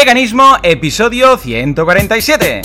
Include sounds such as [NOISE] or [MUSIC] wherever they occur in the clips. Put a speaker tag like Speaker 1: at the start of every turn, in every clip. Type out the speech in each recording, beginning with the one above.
Speaker 1: Veganismo, episodio 147.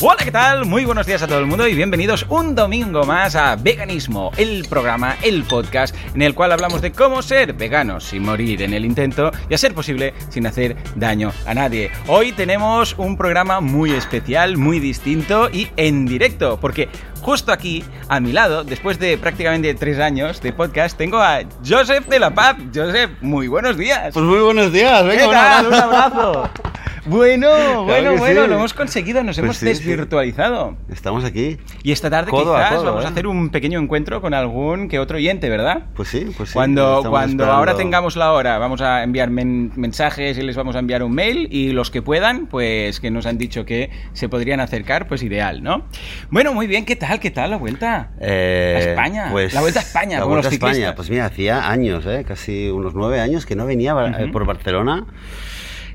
Speaker 1: Hola, ¿qué tal? Muy buenos días a todo el mundo y bienvenidos un domingo más a Veganismo, el programa, el podcast en el cual hablamos de cómo ser veganos sin morir en el intento y a ser posible sin hacer daño a nadie. Hoy tenemos un programa muy especial, muy distinto y en directo, porque justo aquí, a mi lado, después de prácticamente tres años de podcast, tengo a Joseph de la Paz. Joseph, muy buenos días.
Speaker 2: Pues muy buenos días,
Speaker 1: ¿Qué
Speaker 2: venga, un
Speaker 1: tal?
Speaker 2: abrazo.
Speaker 1: Un abrazo. [LAUGHS] Bueno, bueno,
Speaker 2: que sí.
Speaker 1: bueno, lo hemos conseguido, nos
Speaker 2: Pues
Speaker 1: hemos
Speaker 2: sí, sí.
Speaker 1: desvirtualizado.
Speaker 2: Estamos aquí.
Speaker 1: Y esta tarde
Speaker 2: Codo a
Speaker 1: quizás
Speaker 2: codo,
Speaker 1: vamos a
Speaker 2: ¿eh?
Speaker 1: hacer un pequeño encuentro con algún que otro oyente, ¿verdad?
Speaker 2: Pues sí, pues sí.
Speaker 1: cuando
Speaker 2: estamos
Speaker 1: cuando
Speaker 2: esperando.
Speaker 1: ahora tengamos la hora, vamos a enviar men- mensajes y les vamos a enviar un mail y los que puedan, pues que nos han dicho que se podrían acercar, pues ideal, ¿no? Bueno, muy bien, ¿qué tal? ¿Qué tal la vuelta?
Speaker 2: Eh,
Speaker 1: a España,
Speaker 2: pues,
Speaker 1: la Vuelta a España,
Speaker 2: la
Speaker 1: como
Speaker 2: Vuelta
Speaker 1: los
Speaker 2: a España.
Speaker 1: ciclistas.
Speaker 2: Pues mira, hacía años, ¿eh? casi unos nueve años que no venía eh,
Speaker 1: Ujú.
Speaker 2: por Barcelona.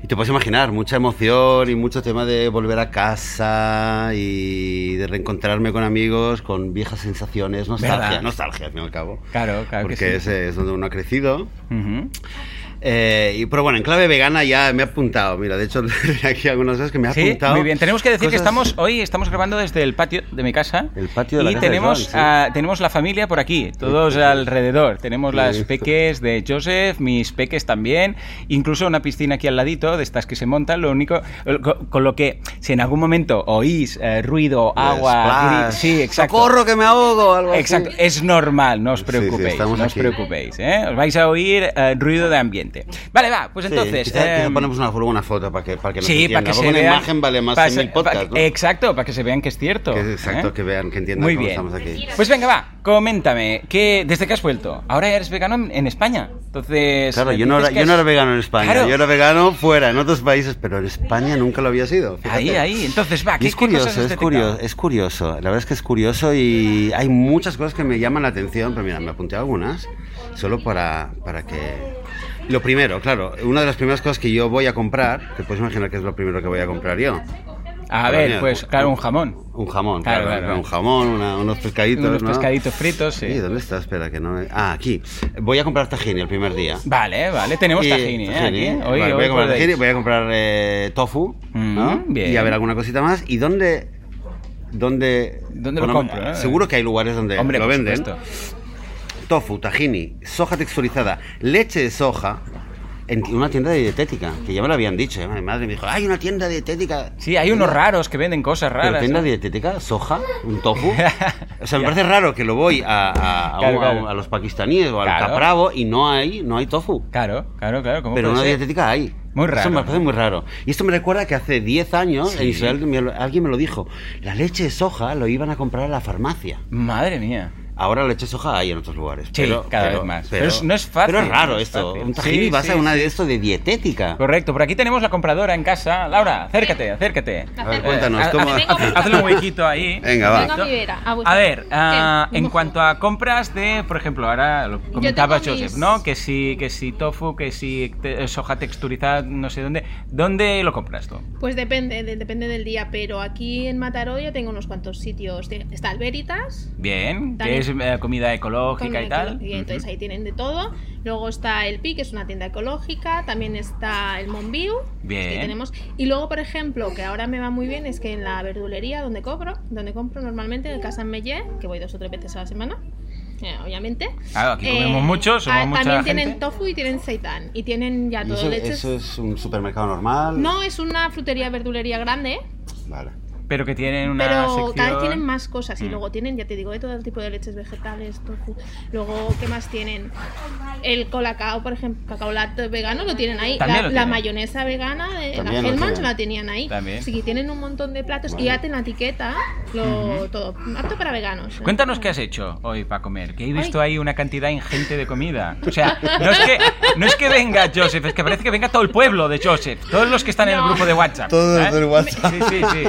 Speaker 2: Y te puedes imaginar, mucha emoción y mucho tema de volver a casa y de reencontrarme con amigos, con viejas sensaciones, nostalgia,
Speaker 1: ¿Verdad?
Speaker 2: nostalgia al fin y al cabo.
Speaker 1: Claro, claro
Speaker 2: Porque
Speaker 1: que sí.
Speaker 2: ese es donde uno ha crecido.
Speaker 1: Ujú.
Speaker 2: Eh, y, pero bueno, en clave vegana ya me he apuntado. Mira, de hecho, [LAUGHS] tenía aquí algunas cosas que me he
Speaker 1: Sí,
Speaker 2: apuntado.
Speaker 1: muy bien. Tenemos que decir que
Speaker 2: Cosas-
Speaker 1: estamos hoy estamos grabando desde el patio de mi casa.
Speaker 2: El patio de la
Speaker 1: y
Speaker 2: casa de
Speaker 1: tenemos
Speaker 2: Joan, sí.
Speaker 1: ah, tenemos la familia por aquí, todos alrededor. Tenemos
Speaker 2: Sí.
Speaker 1: las peques de Joseph, mis peques también, incluso una piscina aquí al ladito de estas que se montan. Lo único con, con lo que si en algún momento oís eh, ruido, agua, gri-
Speaker 2: Splash.
Speaker 1: sí, exacto.
Speaker 2: pues, Socorro que me ahogo, algo así.
Speaker 1: Exacto, es normal, no os
Speaker 2: Sí, sí,
Speaker 1: preocupéis,
Speaker 2: estamos
Speaker 1: no os
Speaker 2: aquí.
Speaker 1: preocupéis, ¿eh? Os vais a oír eh, ruido de ambiente. Vale, va, pues
Speaker 2: Sí,
Speaker 1: entonces...
Speaker 2: quizá- quizá
Speaker 1: em,
Speaker 2: ponemos una, luego una foto para que, para que nos
Speaker 1: Sí,
Speaker 2: entiendan.
Speaker 1: para que
Speaker 2: Luego
Speaker 1: se
Speaker 2: una
Speaker 1: vean.
Speaker 2: imagen vale más
Speaker 1: para
Speaker 2: que
Speaker 1: se-
Speaker 2: mil podcasts,
Speaker 1: para-
Speaker 2: ¿no?
Speaker 1: Exacto, para que se vean que es cierto.
Speaker 2: Que- exacto,
Speaker 1: ¿eh?
Speaker 2: que vean, que entiendan
Speaker 1: Muy
Speaker 2: cómo
Speaker 1: bien.
Speaker 2: estamos aquí.
Speaker 1: Pues venga, va, coméntame, ¿qué, ¿desde que has vuelto? Ahora eres vegano en, en España. Entonces.
Speaker 2: Claro,
Speaker 1: me
Speaker 2: yo no,
Speaker 1: dices
Speaker 2: era,
Speaker 1: que
Speaker 2: yo no
Speaker 1: has-
Speaker 2: era vegano en España,
Speaker 1: Claro.
Speaker 2: yo era vegano fuera, en otros países, pero en España nunca lo había sido. fíjate.
Speaker 1: Ahí, ahí. Entonces, va,
Speaker 2: Y
Speaker 1: ¿qué,
Speaker 2: es
Speaker 1: qué cosas
Speaker 2: curioso,
Speaker 1: has
Speaker 2: es
Speaker 1: detectado?
Speaker 2: curioso, es curioso. La verdad es que es curioso y hay muchas cosas que me llaman la atención, pero mira, me apunté algunas, solo para, para que... Lo primero, claro, una de las primeras cosas que yo voy a comprar, que puedes imaginar que es lo primero que voy a comprar yo.
Speaker 1: A
Speaker 2: Pero
Speaker 1: ver,
Speaker 2: mira,
Speaker 1: pues, claro, un jamón.
Speaker 2: Un jamón,
Speaker 1: Claro,
Speaker 2: claro,
Speaker 1: claro, claro.
Speaker 2: un jamón, una- unos pescaditos,
Speaker 1: Unos
Speaker 2: ¿no?
Speaker 1: pescaditos fritos, sí.
Speaker 2: Sí, ¿dónde está? Espera, que no... me- Ah, aquí. Voy a comprar tahini el primer día.
Speaker 1: Vale, vale, tenemos
Speaker 2: Y-
Speaker 1: tajini, ¿eh?
Speaker 2: tahini.
Speaker 1: Aquí. Hoy,
Speaker 2: Vale,
Speaker 1: hoy
Speaker 2: voy a comprar
Speaker 1: podéis.
Speaker 2: tahini, voy a comprar eh, tofu,
Speaker 1: Mm,
Speaker 2: ¿no?
Speaker 1: bien.
Speaker 2: Y a ver alguna cosita más. ¿Y dónde...? ¿Dónde,
Speaker 1: ¿Dónde lo
Speaker 2: bueno,
Speaker 1: compro, eh?
Speaker 2: Seguro que hay lugares donde
Speaker 1: Hombre,
Speaker 2: lo
Speaker 1: por
Speaker 2: venden.
Speaker 1: supuesto.
Speaker 2: Tofu, tahini, soja texturizada, leche de soja en una tienda de dietética, que ya me lo habían dicho. ¿eh? Mi madre me dijo, hay una tienda de dietética.
Speaker 1: Sí, hay unos raros que venden cosas
Speaker 2: ¿Pero
Speaker 1: raras. ¿eh?
Speaker 2: tienda
Speaker 1: ¿no?
Speaker 2: dietética? ¿Soja? ¿Un
Speaker 1: [LAUGHS]
Speaker 2: tofu? O sea, me parece raro que lo voy a, a- a
Speaker 1: Claro,
Speaker 2: un- a un-
Speaker 1: claro.
Speaker 2: a los pakistaníes o al
Speaker 1: Claro.
Speaker 2: capravo y no hay, no hay tofu.
Speaker 1: Claro, claro, claro. ¿cómo
Speaker 2: Pero
Speaker 1: puede
Speaker 2: una
Speaker 1: ser?
Speaker 2: dietética hay.
Speaker 1: Muy
Speaker 2: Eso
Speaker 1: raro.
Speaker 2: me parece muy raro. Y esto me recuerda que hace 10 años
Speaker 1: Sí.
Speaker 2: en Israel me lo- alguien me lo dijo. La leche de soja lo iban a comprar a la farmacia.
Speaker 1: Madre mía.
Speaker 2: Ahora la leche de soja hay en otros lugares.
Speaker 1: Sí,
Speaker 2: pero,
Speaker 1: cada
Speaker 2: pero-
Speaker 1: vez más. Pero es- no es fácil,
Speaker 2: Pero es
Speaker 1: no
Speaker 2: raro
Speaker 1: es
Speaker 2: esto.
Speaker 1: fácil.
Speaker 2: Un tajini
Speaker 1: Sí,
Speaker 2: vas a
Speaker 1: sí,
Speaker 2: una
Speaker 1: sí.
Speaker 2: de esto de dietética.
Speaker 1: Correcto, por aquí tenemos la compradora en casa. Laura, acércate, acércate.
Speaker 2: A ver, cuéntanos,
Speaker 1: Eh,
Speaker 2: ¿cómo-
Speaker 1: haz- haz- Hazle un huequito [LAUGHS] ahí.
Speaker 2: Venga, va.
Speaker 3: Venga, mi vera, a
Speaker 1: A
Speaker 3: vuestra.
Speaker 1: ver, ah,
Speaker 3: Ten,
Speaker 1: en
Speaker 3: un
Speaker 1: cuanto a compras de, por ejemplo, ahora lo comentaba
Speaker 3: tengo mis-
Speaker 1: Joseph, ¿no? Que si, que si tofu, que si te- soja texturizada, no sé dónde. ¿Dónde lo compras tú?
Speaker 3: Pues depende, de- depende del día, pero aquí en Mataró ya tengo unos cuantos sitios. Te- Está Alberitas,
Speaker 1: Bien, que
Speaker 3: También.
Speaker 1: es eh, comida
Speaker 3: con
Speaker 1: ecológica
Speaker 3: una
Speaker 1: y tal.
Speaker 3: ecología, entonces
Speaker 1: Ujú.
Speaker 3: ahí tienen de todo. Luego está El Pi, que es una tienda ecológica, también está el Monbiu,
Speaker 1: Bien.
Speaker 3: que tenemos. Y luego, por ejemplo, que ahora me va muy bien, es que en la verdulería donde compro, donde compro normalmente en el Casa Mellé, que voy dos o tres veces a la semana, eh, obviamente.
Speaker 1: Claro, aquí comemos mucho, somos
Speaker 3: ah,
Speaker 1: mucha
Speaker 3: También
Speaker 1: gente.
Speaker 3: tienen tofu y tienen seitan, y tienen ya
Speaker 2: ¿Y
Speaker 3: todo
Speaker 2: eso,
Speaker 3: leches.
Speaker 2: eso es un supermercado normal?
Speaker 3: No, es una frutería verdulería grande, ¿eh?
Speaker 2: Vale.
Speaker 1: Pero que tienen una
Speaker 3: pero
Speaker 1: sección...
Speaker 3: cada vez tienen más cosas y
Speaker 1: Mm.
Speaker 3: luego tienen, ya te digo, de todo el tipo de leches vegetales, tofu. Luego, ¿qué más tienen? El colacao, por ejemplo, cacao latte vegano lo tienen ahí.
Speaker 1: También
Speaker 3: la,
Speaker 1: lo
Speaker 3: la
Speaker 1: tienen.
Speaker 3: mayonesa vegana de la
Speaker 2: También lo
Speaker 3: Hellmann's
Speaker 2: tienen.
Speaker 3: la tenían ahí.
Speaker 1: También.
Speaker 3: Así que tienen un montón de platos
Speaker 2: Vale.
Speaker 3: y ya te la etiqueta, lo, todo. Apto para veganos. ¿eh?
Speaker 1: Cuéntanos qué has hecho hoy para comer, que he visto ahí una cantidad ingente de comida. O sea, no es, que, no es que venga Joseph, es que parece que venga todo el pueblo de Joseph, todos los que están en el
Speaker 3: No.
Speaker 1: grupo de WhatsApp.
Speaker 2: Todos
Speaker 1: ¿sabes?
Speaker 2: del WhatsApp.
Speaker 1: Sí, sí, sí.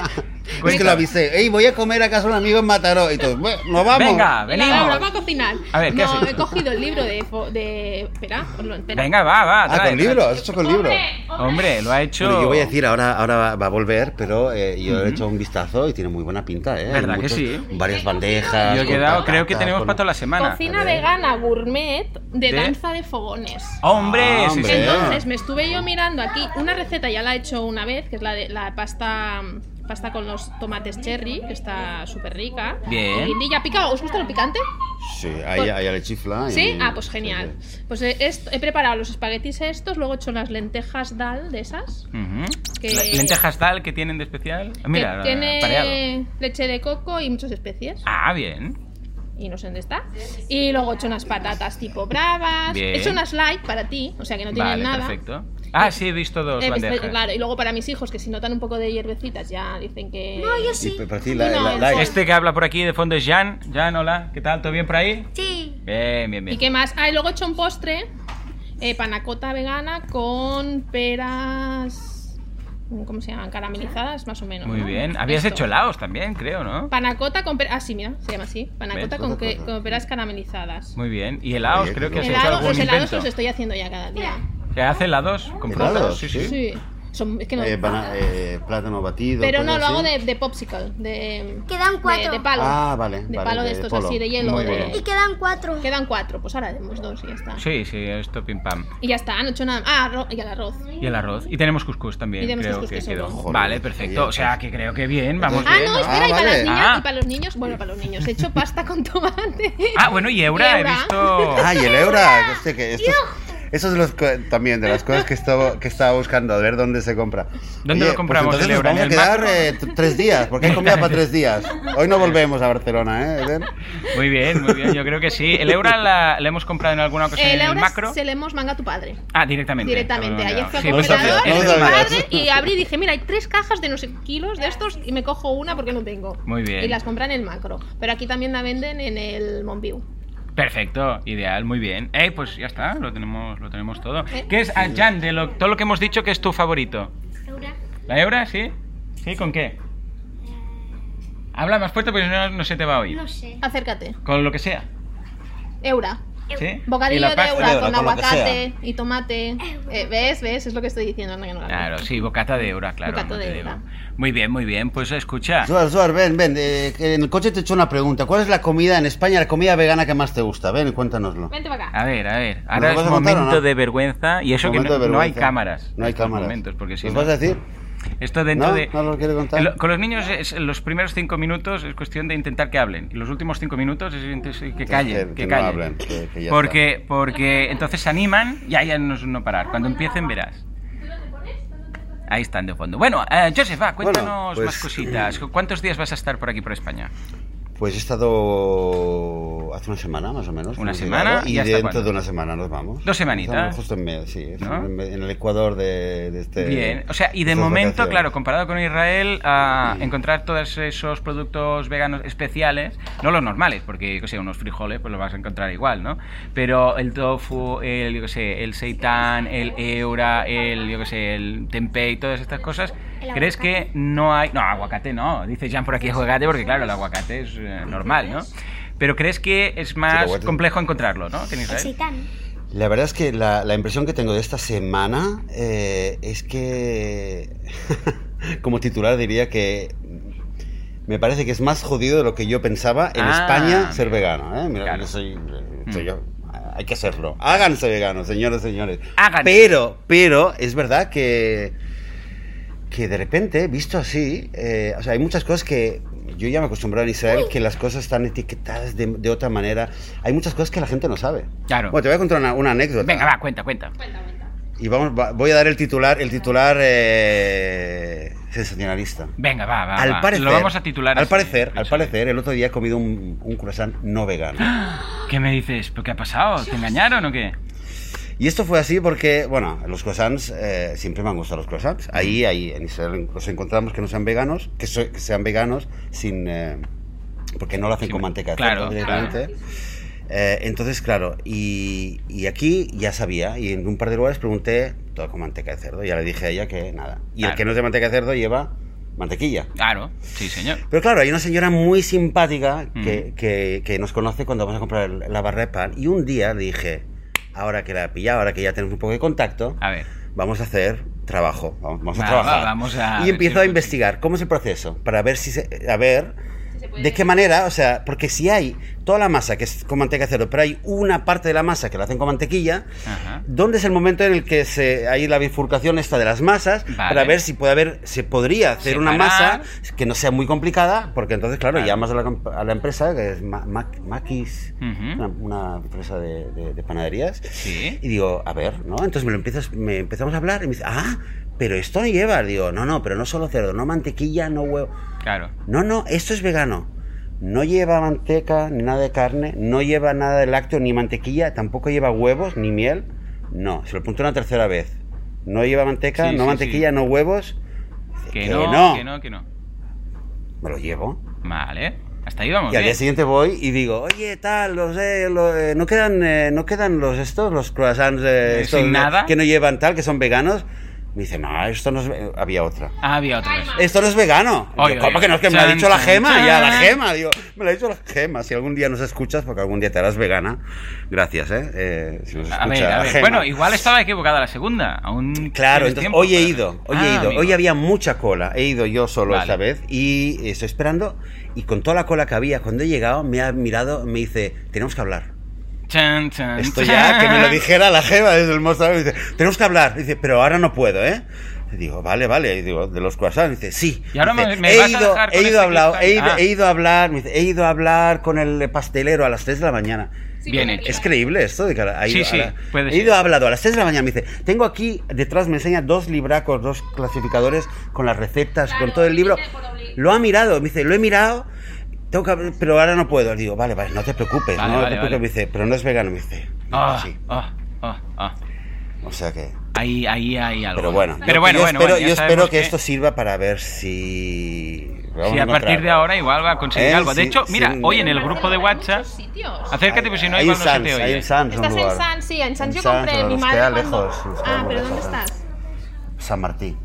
Speaker 2: Es que lo avisé. Ey, voy a comer a casa de un amigo en Mataró. Y todos, bueno, nos vamos.
Speaker 1: Venga,
Speaker 3: Venga,
Speaker 1: venimos.
Speaker 3: vamos a cocinar.
Speaker 1: A ver, ¿qué
Speaker 3: no,
Speaker 1: haces?
Speaker 3: he cogido el libro de... fo- de... Espera, os lo- espera.
Speaker 1: Venga, va, va.
Speaker 2: Ah,
Speaker 1: trae,
Speaker 2: con
Speaker 1: trae.
Speaker 2: libro, has hecho con libro.
Speaker 3: Hombre, hombre.
Speaker 1: Hombre, lo ha hecho.
Speaker 2: Bueno, yo voy a decir, ahora, ahora va- va a volver, pero eh, yo he hecho un vistazo y tiene muy buena pinta, ¿eh? Hay
Speaker 1: ¿Verdad que
Speaker 2: muchos-
Speaker 1: sí?
Speaker 2: Varias bandejas.
Speaker 1: Yo he
Speaker 2: con
Speaker 1: quedado, creo que
Speaker 2: patatas,
Speaker 1: tenemos
Speaker 2: con-
Speaker 1: para toda la semana.
Speaker 2: a
Speaker 3: Cocina
Speaker 2: ver.
Speaker 3: vegana gourmet de,
Speaker 1: ¿De?
Speaker 3: danza de fogones.
Speaker 1: Hombre,
Speaker 2: Ah,
Speaker 1: sí, sí.
Speaker 2: hombre.
Speaker 3: Entonces me estuve yo mirando aquí una receta, ya la he hecho una vez, que es la de la pasta pasta con los tomates cherry, que está súper rica.
Speaker 1: Bien.
Speaker 3: Guindilla picado, ¿os gusta lo picante?
Speaker 2: Sí, ahí, ahí le chifla. y-
Speaker 3: Pues- ¿Sí? Ah, pues genial.
Speaker 2: sí, sí.
Speaker 3: Pues he, est- he preparado los espaguetis estos, luego he hecho las lentejas dal de esas.
Speaker 1: Ujú.
Speaker 3: Que-
Speaker 1: Le- Lentejas tal que tienen de especial. Ah, Mira,
Speaker 3: que
Speaker 1: tiene...
Speaker 3: tiene leche de coco y muchas especies.
Speaker 1: Ah, bien.
Speaker 3: y no sé dónde está. Y luego he hecho unas patatas tipo bravas.
Speaker 1: Bien.
Speaker 3: He hecho unas light para ti, o sea que no tienen
Speaker 1: vale,
Speaker 3: nada.
Speaker 1: perfecto. Ah, sí, he visto dos
Speaker 3: Eh, pues,
Speaker 1: bandejas.
Speaker 3: claro, y luego para mis hijos que si notan un poco de hierbecitas ya dicen que. No, yo
Speaker 2: Y para ti, la,
Speaker 3: No,
Speaker 2: la-
Speaker 3: el
Speaker 2: la- eh,
Speaker 3: sol.
Speaker 1: Este que habla por aquí de fondo es Jan. Jan, hola. ¿Qué tal? ¿Todo bien por ahí?
Speaker 4: Sí.
Speaker 1: Bien, bien,
Speaker 3: ¿Y
Speaker 1: bien.
Speaker 3: qué más? Ah, y luego he hecho un postre, eh, panacota vegana con peras. ¿Cómo se llaman? Caramelizadas, más o menos.
Speaker 1: Muy
Speaker 3: ¿no?
Speaker 1: bien. Habías
Speaker 3: Esto.
Speaker 1: hecho helados también, creo, ¿no?
Speaker 3: Panacota con peras. Ah, sí, mira, se llama así. Panacota con, que-
Speaker 2: Panacota.
Speaker 3: con peras caramelizadas.
Speaker 1: Muy bien. Y helados,
Speaker 2: Oye,
Speaker 1: creo que has
Speaker 2: bien.
Speaker 1: hecho
Speaker 3: Helados,
Speaker 1: algún
Speaker 3: los helados
Speaker 1: invento.
Speaker 3: los estoy haciendo ya cada día.
Speaker 1: ¿Se hace helados con
Speaker 2: ¿Helados?
Speaker 1: frutas? Sí, sí.
Speaker 2: Sí.
Speaker 3: Sí. Son, es que no.
Speaker 2: eh, bana- eh, plátano batido.
Speaker 3: Pero
Speaker 2: cosas
Speaker 3: no, lo hago
Speaker 2: así.
Speaker 3: de, de popsicle, de,
Speaker 4: Quedan cuatro.
Speaker 3: de, de palo.
Speaker 2: Ah, vale,
Speaker 3: De
Speaker 2: vale,
Speaker 3: palo de,
Speaker 2: de
Speaker 3: estos
Speaker 2: polo.
Speaker 3: así, de hielo.
Speaker 1: Muy
Speaker 3: de-
Speaker 1: bien.
Speaker 4: Y quedan cuatro.
Speaker 3: Quedan cuatro, pues ahora haremos dos y ya está.
Speaker 1: Sí, sí, esto pim pam.
Speaker 3: Y ya está, no he hecho nada. Ah, arro- y el arroz.
Speaker 1: Y el arroz. Y tenemos cuscús también,
Speaker 3: Y tenemos
Speaker 1: creo
Speaker 3: cuscús,
Speaker 1: que
Speaker 3: que son
Speaker 1: quedó.
Speaker 3: dos.
Speaker 2: Joder,
Speaker 1: vale,
Speaker 2: qué
Speaker 1: perfecto.
Speaker 2: bien.
Speaker 1: O sea, que creo que bien, vamos
Speaker 2: Entonces-
Speaker 1: bien.
Speaker 3: Ah, no,
Speaker 2: Ah,
Speaker 3: espera, y para
Speaker 2: vale.
Speaker 3: las niñas,
Speaker 1: Ah.
Speaker 3: y para los niños, bueno, para los niños, he hecho pasta con tomate.
Speaker 1: Ah, bueno, y Eura,
Speaker 3: Y
Speaker 1: he
Speaker 3: Eura.
Speaker 2: [LAUGHS]
Speaker 1: visto.
Speaker 2: Ah, y el Eura. que sé que esto es- eso es de los co- también de las cosas que estaba, que estaba buscando, a ver dónde se compra.
Speaker 1: ¿Dónde lo compramos,
Speaker 2: pues entonces
Speaker 1: el Eura?
Speaker 2: Nos
Speaker 1: ¿En
Speaker 2: vamos
Speaker 1: el
Speaker 2: a quedar eh, t- tres días, porque hay comida para tres días. Hoy no volvemos a Barcelona, ¿eh? Eden?
Speaker 1: [LAUGHS] Muy bien, muy bien, yo creo que sí. El Eura la, la hemos comprado en alguna ocasión
Speaker 3: El
Speaker 1: en pues el
Speaker 3: Eh, Laura
Speaker 1: macro.
Speaker 3: se le hemos manga a tu padre.
Speaker 1: Ah, directamente.
Speaker 3: Directamente.
Speaker 1: Ah,
Speaker 3: Ayer fue a
Speaker 1: sí, pues
Speaker 3: comprador,
Speaker 1: entonces-
Speaker 2: no
Speaker 3: tu
Speaker 2: sabía.
Speaker 3: padre, y abrí y dije, mira, hay tres cajas de no sé qué kilos de estos y me cojo una porque no tengo.
Speaker 1: Muy bien.
Speaker 3: Y las compran en el macro. Pero aquí también la venden en el Montview.
Speaker 1: Perfecto, ideal, muy bien. Eh, pues ya está, lo tenemos, lo tenemos todo.
Speaker 3: Eh.
Speaker 1: ¿Qué es, ah, Jan, de lo- todo lo que hemos dicho, que es tu favorito? ¿La Eura, sí? ¿Sí? ¿Con
Speaker 3: Eh.
Speaker 1: qué? Habla más fuerte porque si no, no se te va a oír.
Speaker 4: sé.
Speaker 3: Acércate.
Speaker 1: Con lo que sea.
Speaker 3: Eura.
Speaker 1: ¿Sí? ¿Y
Speaker 3: Bocadillo
Speaker 1: la
Speaker 3: de
Speaker 1: pasta?
Speaker 2: de
Speaker 3: Eura
Speaker 2: Eura,
Speaker 3: con
Speaker 2: con lo que
Speaker 3: aguacate y tomate. Eh, ¿Ves? ¿Ves? Es lo que estoy diciendo. anda que no la
Speaker 1: Claro, sí, bocata de Eura, claro.
Speaker 3: Bocata
Speaker 1: no
Speaker 3: de
Speaker 1: te
Speaker 3: Eura.
Speaker 1: digo. Muy bien, muy bien, pues escucha.
Speaker 2: Suar, Suar, ven, ven. eh, que en el coche te he hecho una pregunta. ¿Cuál es la comida en España, la comida vegana que más te gusta? Ven, cuéntanoslo.
Speaker 3: veo. Vente para acá.
Speaker 1: A ver, a ver, ahora es
Speaker 2: vas a contar o
Speaker 1: momento
Speaker 2: no?
Speaker 1: de vergüenza y eso
Speaker 2: Momento
Speaker 1: que no-
Speaker 2: de
Speaker 1: no, hay
Speaker 2: vergüenza.
Speaker 1: cámaras. en
Speaker 2: No hay
Speaker 1: estos
Speaker 2: cámaros.
Speaker 1: momentos, porque si
Speaker 2: ¿Nos
Speaker 1: no-
Speaker 2: vas a decir?
Speaker 1: Esto dentro
Speaker 2: ¿No?
Speaker 1: de...
Speaker 2: ¿No lo quiere contar?
Speaker 1: Lo- con los niños, es- los primeros cinco minutos es cuestión de intentar que hablen. Y los últimos cinco minutos es, es- es que callen. Que,
Speaker 2: que- que no
Speaker 1: callen.
Speaker 2: hablen, que- que ya
Speaker 1: porque, porque entonces se animan y ahí ya no es no parar. Cuando empiecen verás. Ahí están de fondo. Bueno, eh, Josefa, cuéntanos
Speaker 2: pues-
Speaker 1: más cositas. ¿Cuántos días vas a estar por aquí, por España?
Speaker 2: Pues he estado hace una semana más o menos.
Speaker 1: Una
Speaker 2: hemos
Speaker 1: semana,
Speaker 2: llegado,
Speaker 1: ¿y
Speaker 2: y
Speaker 1: hasta
Speaker 2: dentro
Speaker 1: cuándo?
Speaker 2: de una semana nos vamos.
Speaker 1: Dos semanitas.
Speaker 2: Estamos justo en medio, sí,
Speaker 1: ¿No?
Speaker 2: en en el Ecuador de, de este.
Speaker 1: Bien. O sea, y de
Speaker 2: estas
Speaker 1: momento,
Speaker 2: vacaciones.
Speaker 1: claro, comparado con Israel, a encontrar todos esos productos veganos especiales, no los normales, porque, yo qué sé, unos frijoles, pues los vas a encontrar igual, ¿no? Pero el tofu, el, yo qué sé, el seitan, el eura, el, yo qué sé, el tempeh, todas estas cosas,
Speaker 4: El
Speaker 1: ¿crees
Speaker 4: aguacate.
Speaker 1: que no hay... No, aguacate no, dice Jan por aquí aguacate, porque claro, el aguacate es eh, normal, ¿no? Pero crees que es más
Speaker 2: aguacate-
Speaker 1: complejo encontrarlo, ¿no? Que en Israel.
Speaker 4: Aceitán.
Speaker 2: La verdad es que la, la impresión que tengo de esta semana eh, es que, [LAUGHS] como titular diría que me parece que es más jodido de lo que yo pensaba en
Speaker 1: Ah,
Speaker 2: España ser
Speaker 1: mira.
Speaker 2: vegano. ¿eh? Mira,
Speaker 1: Claro.
Speaker 2: yo soy, soy
Speaker 1: Mm.
Speaker 2: yo. Hay que hacerlo. Háganse veganos, señores, señores.
Speaker 1: Háganse.
Speaker 2: Pero, pero es verdad que que de repente, visto así, eh, o sea, hay muchas cosas que yo ya me acostumbré en Israel, que las cosas están etiquetadas de, de otra manera. Hay muchas cosas que la gente no sabe.
Speaker 1: Claro.
Speaker 2: Bueno, te voy a contar una, una anécdota.
Speaker 1: Venga, va, cuenta, cuenta.
Speaker 2: Y vamos, va- voy a dar el titular, el titular eh, sensacionalista.
Speaker 1: Venga, va, va.
Speaker 2: Al
Speaker 1: va.
Speaker 2: parecer,
Speaker 1: Lo vamos a titular.
Speaker 2: al
Speaker 1: así,
Speaker 2: parecer, al
Speaker 1: Josefa.
Speaker 2: parecer, el otro día he comido un, un croissant no vegano.
Speaker 1: ¿Qué me dices? ¿Pero qué ha pasado? ¿Te engañaron o qué?
Speaker 2: Y esto fue así porque, bueno, los croissants eh, siempre me han gustado los croissants. Ahí, ahí, en Israel los encontramos que no sean veganos, que, so- que sean veganos sin, eh, porque no lo hacen
Speaker 1: Sí,
Speaker 2: con manteca.
Speaker 1: claro,
Speaker 2: ¿cierto? directamente. Eh, entonces, claro, y, y aquí ya sabía, y en un par de lugares pregunté todo con manteca de cerdo, ya le dije a ella que nada. Y
Speaker 1: Claro.
Speaker 2: el que no es de manteca de cerdo lleva mantequilla.
Speaker 1: Claro, sí, señor.
Speaker 2: Pero claro, hay una señora muy simpática que,
Speaker 1: Mm.
Speaker 2: que- que nos conoce cuando vamos a comprar el- la barra de pan. Y un día le dije, ahora que la he pillado, ahora que ya tenemos un poco de contacto,
Speaker 1: A ver.
Speaker 2: vamos a hacer trabajo. Vamos, vamos
Speaker 1: Va,
Speaker 2: a trabajar.
Speaker 1: Ah. va, vamos a
Speaker 2: y empiezo a
Speaker 1: ver.
Speaker 2: investigar cómo es el proceso para ver si se, a ver
Speaker 3: se puede.
Speaker 2: de qué manera, o sea, porque si hay toda la masa que es con manteca cero, pero hay una parte de la masa que la hacen con mantequilla,
Speaker 1: Ajá.
Speaker 2: ¿Dónde es el momento en el que se, hay la bifurcación esta de las masas
Speaker 1: Vale.
Speaker 2: para ver si puede haber, se podría hacer una
Speaker 1: Separar.
Speaker 2: masa que no sea muy complicada? Porque entonces, claro,
Speaker 1: Claro.
Speaker 2: llamas a la, comp- a la empresa, que es Ma- Ma- Maquis,
Speaker 1: Ujú.
Speaker 2: una, una empresa de, de- de panaderías,
Speaker 1: Sí.
Speaker 2: y digo, a ver, ¿no? Entonces me lo empiezas, me empezamos a hablar y me dice, ah, pero esto no lleva. Digo, no, no, pero no solo cerdo, no mantequilla, no huevo.
Speaker 1: Claro.
Speaker 2: No, no, esto es vegano. No lleva manteca, ni nada de carne, no lleva nada de lácteo, ni mantequilla, tampoco lleva huevos, ni miel. No, se lo apunto una tercera vez. No lleva manteca,
Speaker 1: Sí,
Speaker 2: no
Speaker 1: sí,
Speaker 2: mantequilla,
Speaker 1: sí.
Speaker 2: no huevos.
Speaker 1: Que
Speaker 2: Que
Speaker 1: no,
Speaker 2: no.
Speaker 1: que no, que no.
Speaker 2: Me lo llevo.
Speaker 1: Vale. Hasta ahí vamos. ¿Eh?
Speaker 2: Y al día
Speaker 1: bien.
Speaker 2: siguiente voy y digo, oye, tal, los, eh, lo- eh, no, quedan, eh, no quedan los estos, los croissants eh,
Speaker 1: Eh,
Speaker 2: estos,
Speaker 1: sin
Speaker 2: ¿no?
Speaker 1: nada.
Speaker 2: que no llevan tal, que son veganos. Me dice, no, esto no es... ve-". Había otra.
Speaker 1: Ah, había otra vez.
Speaker 2: Esto no es vegano.
Speaker 1: Oy,
Speaker 2: Yo,
Speaker 1: oy,
Speaker 2: ¿Cómo
Speaker 1: oy.
Speaker 2: que no? Es que me lo ha
Speaker 1: Chan,
Speaker 2: dicho la
Speaker 1: chan,
Speaker 2: gema, ya, la
Speaker 1: chan.
Speaker 2: gema. Digo, me lo ha dicho la gema. Si algún día nos escuchas, porque algún día te harás vegana, gracias, ¿eh? Eh, si nos
Speaker 1: A ver,
Speaker 2: escucha
Speaker 1: a
Speaker 2: la
Speaker 1: ver.
Speaker 2: gema.
Speaker 1: Bueno, igual estaba equivocada la segunda. Aún
Speaker 2: Claro,
Speaker 1: tienes
Speaker 2: entonces,
Speaker 1: tiempo
Speaker 2: hoy he
Speaker 1: para-
Speaker 2: ido, hoy
Speaker 1: Ah,
Speaker 2: he ido.
Speaker 1: amigo.
Speaker 2: Hoy había mucha cola. He ido yo solo
Speaker 1: Vale.
Speaker 2: esta vez y estoy esperando. Y con toda la cola que había, cuando he llegado, me ha mirado, me dice, tenemos que hablar.
Speaker 1: Chan, chan,
Speaker 2: Esto ya, que me lo
Speaker 1: chan.
Speaker 2: dijera la jeva desde el mostrador. Dice, tenemos que hablar. Dice, pero ahora no puedo, ¿eh? Y digo, vale, vale. Y digo, de los croissants. Dice, sí.
Speaker 1: Y ahora
Speaker 2: Dice,
Speaker 1: me- me
Speaker 2: he
Speaker 1: vas a
Speaker 2: ido,
Speaker 1: dejar
Speaker 2: he
Speaker 1: con
Speaker 2: ido
Speaker 1: este
Speaker 2: a hablar, he, ido,
Speaker 1: cliffhanger. Ah.
Speaker 2: he ido a hablar, me dice, he ido a hablar con el pastelero a las 3 de la mañana.
Speaker 3: Sí,
Speaker 1: Bien
Speaker 3: porque
Speaker 1: hecho.
Speaker 2: Es creíble esto de que ha ido
Speaker 1: Sí, sí,
Speaker 2: a la-
Speaker 1: puede
Speaker 2: he
Speaker 1: ser.
Speaker 2: ido a hablado a las 3 de la mañana. Me dice, tengo aquí detrás, me enseña dos libracos, dos clasificadores con las recetas,
Speaker 3: Claro,
Speaker 2: con todo el libro.
Speaker 3: viene por obli-
Speaker 2: Lo ha mirado, me dice, lo he mirado, tengo que hablar, pero ahora no puedo. Digo, vale, vale, no te preocupes,
Speaker 1: Vale,
Speaker 2: no
Speaker 1: vale,
Speaker 2: te preocupes.
Speaker 1: vale.
Speaker 2: Me dice, pero no es vegano, me dice.
Speaker 1: Ah,
Speaker 2: Sí.
Speaker 1: ah, ah, ah.
Speaker 2: O sea que.
Speaker 1: Ahí, ahí hay algo.
Speaker 2: Pero bueno,
Speaker 1: pero
Speaker 2: yo-
Speaker 1: bueno,
Speaker 2: yo
Speaker 1: bueno,
Speaker 2: espero,
Speaker 1: bueno, ya
Speaker 2: yo
Speaker 1: sabemos
Speaker 2: espero que, esto sirva para ver si. vamos
Speaker 1: Sí, a
Speaker 2: encontrar
Speaker 1: partir de
Speaker 2: algo.
Speaker 1: ahora igual va a conseguir
Speaker 2: Eh,
Speaker 1: algo. De
Speaker 2: sí,
Speaker 1: hecho,
Speaker 2: sí.
Speaker 1: mira, hoy en el
Speaker 3: Pero
Speaker 1: grupo de
Speaker 3: Barcelona
Speaker 1: WhatsApp,
Speaker 3: hay muchos sitios.
Speaker 1: acércate porque si no
Speaker 2: Hay
Speaker 1: igual
Speaker 2: en
Speaker 1: no se
Speaker 2: Sans,
Speaker 1: te
Speaker 2: hay
Speaker 1: oye.
Speaker 2: en Sans un
Speaker 3: Estás en
Speaker 2: lugar.
Speaker 3: Sans, sí, en Sans yo
Speaker 2: Sans,
Speaker 3: compré
Speaker 2: pero
Speaker 3: mi
Speaker 2: nos
Speaker 3: madre.
Speaker 2: queda
Speaker 3: cuando-
Speaker 2: lejos, nos queda
Speaker 3: ah,
Speaker 2: muy
Speaker 3: pero
Speaker 2: lejos,
Speaker 3: ¿dónde
Speaker 2: Sans.
Speaker 3: estás?
Speaker 2: San Martín.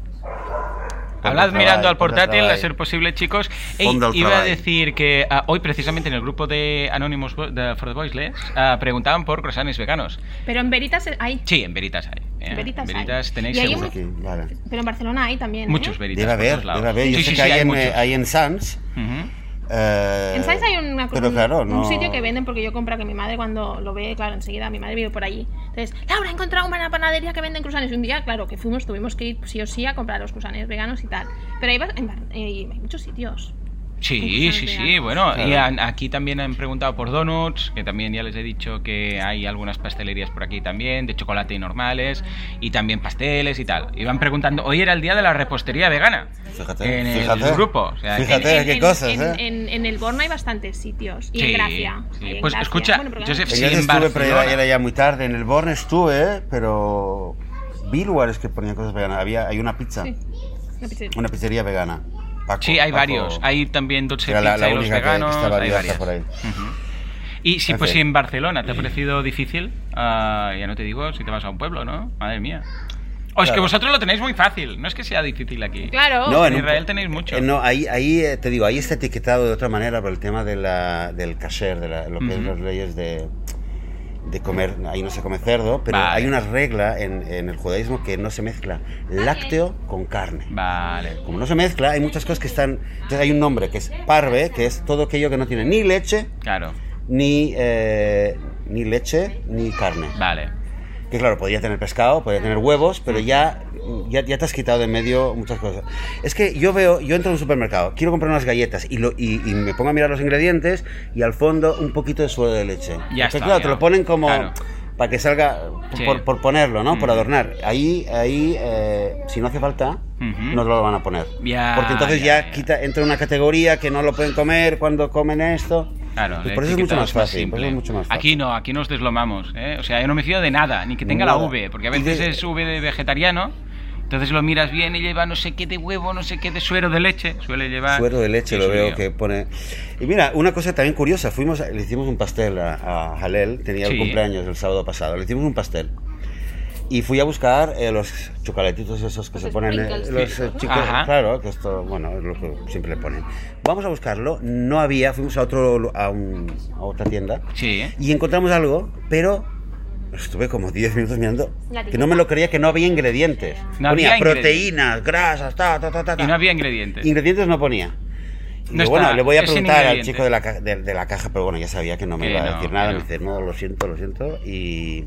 Speaker 1: Hablad
Speaker 2: Ponte
Speaker 1: mirando
Speaker 2: trabajo,
Speaker 1: al portátil
Speaker 2: ponte
Speaker 1: a ser
Speaker 2: trabajo.
Speaker 1: posible, chicos. Ey,
Speaker 2: Ponte al
Speaker 1: iba a
Speaker 2: trabajo.
Speaker 1: decir que ah, hoy precisamente en el grupo de Anonymous Vo- de For the Voiceless ah, preguntaban por croissants veganos.
Speaker 3: Pero en Veritas hay.
Speaker 1: Sí, en Veritas hay. eh.
Speaker 3: En Veritas hay.
Speaker 1: tenéis
Speaker 3: Y hay
Speaker 1: seguro.
Speaker 3: un-
Speaker 2: Aquí, vale.
Speaker 3: Pero en Barcelona hay también. ¿eh?
Speaker 1: Muchos Veritas.
Speaker 2: Debe
Speaker 1: por
Speaker 2: haber,
Speaker 1: todos lados.
Speaker 2: debe haber. Yo
Speaker 1: Sí,
Speaker 2: sé
Speaker 1: sí,
Speaker 2: que
Speaker 1: sí,
Speaker 2: hay, en,
Speaker 1: muchos.
Speaker 2: eh, hay en Sans.
Speaker 1: Ujú.
Speaker 2: eh,
Speaker 3: En Saiz hay una,
Speaker 2: pero
Speaker 3: un,
Speaker 2: claro,
Speaker 3: un
Speaker 2: no-
Speaker 3: sitio que venden porque yo compro que mi madre cuando lo ve, claro, enseguida mi madre vive por allí. Entonces, Laura, he encontrado una panadería que venden cruzanes. Un día, claro, que fuimos, tuvimos que ir sí o sí a comprar los cruzanes veganos y tal. Pero ahí vas- en Bar- eh, hay muchos sitios.
Speaker 1: Sí,
Speaker 3: Muchos
Speaker 1: sí, sí,
Speaker 3: veganos.
Speaker 1: bueno, y
Speaker 2: Claro.
Speaker 1: han- aquí también han preguntado por donuts, que también ya les he dicho que hay algunas pastelerías por aquí también, de chocolate y normales, y también pasteles y tal. Iban preguntando, hoy era el día de la repostería vegana.
Speaker 2: Fíjate,
Speaker 1: en el
Speaker 2: fíjate.
Speaker 1: grupo. o sea, que-
Speaker 2: Fíjate qué cosas,
Speaker 3: en,
Speaker 2: ¿eh?
Speaker 3: en- en el Borno hay bastantes sitios. Y
Speaker 1: Sí,
Speaker 3: en Gracia.
Speaker 1: sí.
Speaker 3: hay en
Speaker 1: Pues
Speaker 3: Gracia.
Speaker 1: escucha,
Speaker 3: pero
Speaker 1: Josep,
Speaker 2: En
Speaker 1: sí,
Speaker 2: Elche
Speaker 1: en
Speaker 2: estuve, pero era,
Speaker 1: Barcelona.
Speaker 2: era ya muy tarde. En el Born estuve, pero. vi lugares que ponían cosas veganas. Había, hay una pizza,
Speaker 3: Sí. Una pizzería.
Speaker 2: una pizzería vegana. Paco,
Speaker 1: Sí, hay
Speaker 2: Paco-
Speaker 1: varios. Hay también Dolce
Speaker 2: Era la-
Speaker 1: Pizza
Speaker 2: la
Speaker 1: y los
Speaker 2: única que- que
Speaker 1: veganos.
Speaker 2: estaba
Speaker 1: hay
Speaker 2: abierta
Speaker 1: varias.
Speaker 2: por ahí.
Speaker 1: Ujú. Y si,
Speaker 2: En
Speaker 1: pues,
Speaker 2: fin.
Speaker 1: si en Barcelona te ha parecido difícil, ah, ya no te digo si te vas a un pueblo, ¿no? Madre mía. O es que
Speaker 2: Claro.
Speaker 1: vosotros lo tenéis muy fácil, no es que sea difícil aquí.
Speaker 3: Claro.
Speaker 2: No,
Speaker 1: En
Speaker 2: en un-
Speaker 1: Israel tenéis mucho.
Speaker 2: Eh, no, ahí, ahí eh, te digo, ahí está etiquetado de otra manera por el tema de la, del kasher, de la- lo que es
Speaker 1: Ujú.
Speaker 2: las leyes de, de comer, ahí no se come cerdo, pero
Speaker 1: Vale.
Speaker 2: hay una regla en, en el judaísmo que no se mezcla lácteo con carne.
Speaker 1: Vale.
Speaker 2: Como no se mezcla, hay muchas cosas que están... Entonces hay un nombre que es parve, que es todo aquello que no tiene ni leche,
Speaker 1: Claro.
Speaker 2: ni, eh, ni leche, ni carne.
Speaker 1: Vale.
Speaker 2: Que claro, podía tener pescado, podía tener huevos, pero ya, ya, ya te has quitado de en medio muchas cosas. Es que yo veo, yo entro en un supermercado, quiero comprar unas galletas y, lo, y, y me pongo a mirar los ingredientes y al fondo un poquito de suero de leche.
Speaker 1: Ya
Speaker 2: Porque,
Speaker 1: está,
Speaker 2: claro,
Speaker 1: ya.
Speaker 2: te lo ponen como
Speaker 1: Claro.
Speaker 2: para que salga,
Speaker 1: Sí.
Speaker 2: por, por ponerlo, ¿no? Por
Speaker 1: Mm.
Speaker 2: adornar. Ahí, ahí eh, si no hace falta,
Speaker 1: Ujú.
Speaker 2: no lo van a poner.
Speaker 1: Ya,
Speaker 2: Porque entonces
Speaker 1: ya,
Speaker 2: ya,
Speaker 1: ya.
Speaker 2: quita, entra una categoría que no lo pueden comer cuando comen esto.
Speaker 1: Claro, eh,
Speaker 2: Pues
Speaker 1: el
Speaker 2: por eso es mucho
Speaker 1: etiquetado
Speaker 2: más fácil. por
Speaker 1: simple.
Speaker 2: eso es mucho más fácil.
Speaker 1: Aquí no, aquí nos deslomamos. ¿eh? O sea, yo no me fío de nada, ni que tenga la
Speaker 2: Nada.
Speaker 1: V, porque a
Speaker 2: Y
Speaker 1: veces
Speaker 2: de-
Speaker 1: es V de vegetariano. Entonces lo miras bien y lleva no sé qué de huevo, no sé qué de suero de leche. Suele llevar.
Speaker 2: Suero de
Speaker 1: Sí,
Speaker 2: leche, lo
Speaker 1: es un
Speaker 2: veo
Speaker 1: lío.
Speaker 2: que pone. Y mira, una cosa también curiosa, fuimos, a- le hicimos un pastel a, a Jalel, tenía
Speaker 1: Sí.
Speaker 2: el cumpleaños el sábado pasado, le hicimos un pastel. Y fui a buscar eh, los chocolatitos esos que
Speaker 3: Los
Speaker 2: se ponen. eh,
Speaker 3: sprinkles.
Speaker 2: los eh, chicos,
Speaker 1: Ajá.
Speaker 2: claro, que esto, bueno, es lo que siempre le ponen. Vamos a buscarlo. No había, fuimos a, otro, a, un- a otra tienda
Speaker 1: Sí, ¿eh?
Speaker 2: y encontramos algo, pero estuve como 10 minutos mirando
Speaker 3: La
Speaker 2: que no me lo creía que no había ingredientes.
Speaker 1: No
Speaker 2: ponía
Speaker 1: había ingredientes.
Speaker 2: proteínas, grasas, ta, ta, ta, ta.
Speaker 1: Y
Speaker 2: ta.
Speaker 1: no había ingredientes.
Speaker 2: Ingredientes no ponía. Y
Speaker 1: No
Speaker 2: yo, bueno,
Speaker 1: está,
Speaker 2: le voy a
Speaker 1: es sin
Speaker 2: preguntar al
Speaker 1: ingredientes.
Speaker 2: chico de la, ca- de, de la caja, pero bueno, ya sabía que no me
Speaker 1: Que
Speaker 2: iba a
Speaker 1: no,
Speaker 2: decir nada.
Speaker 1: que
Speaker 2: Me
Speaker 1: no.
Speaker 2: dice, no, lo siento, lo siento. Y.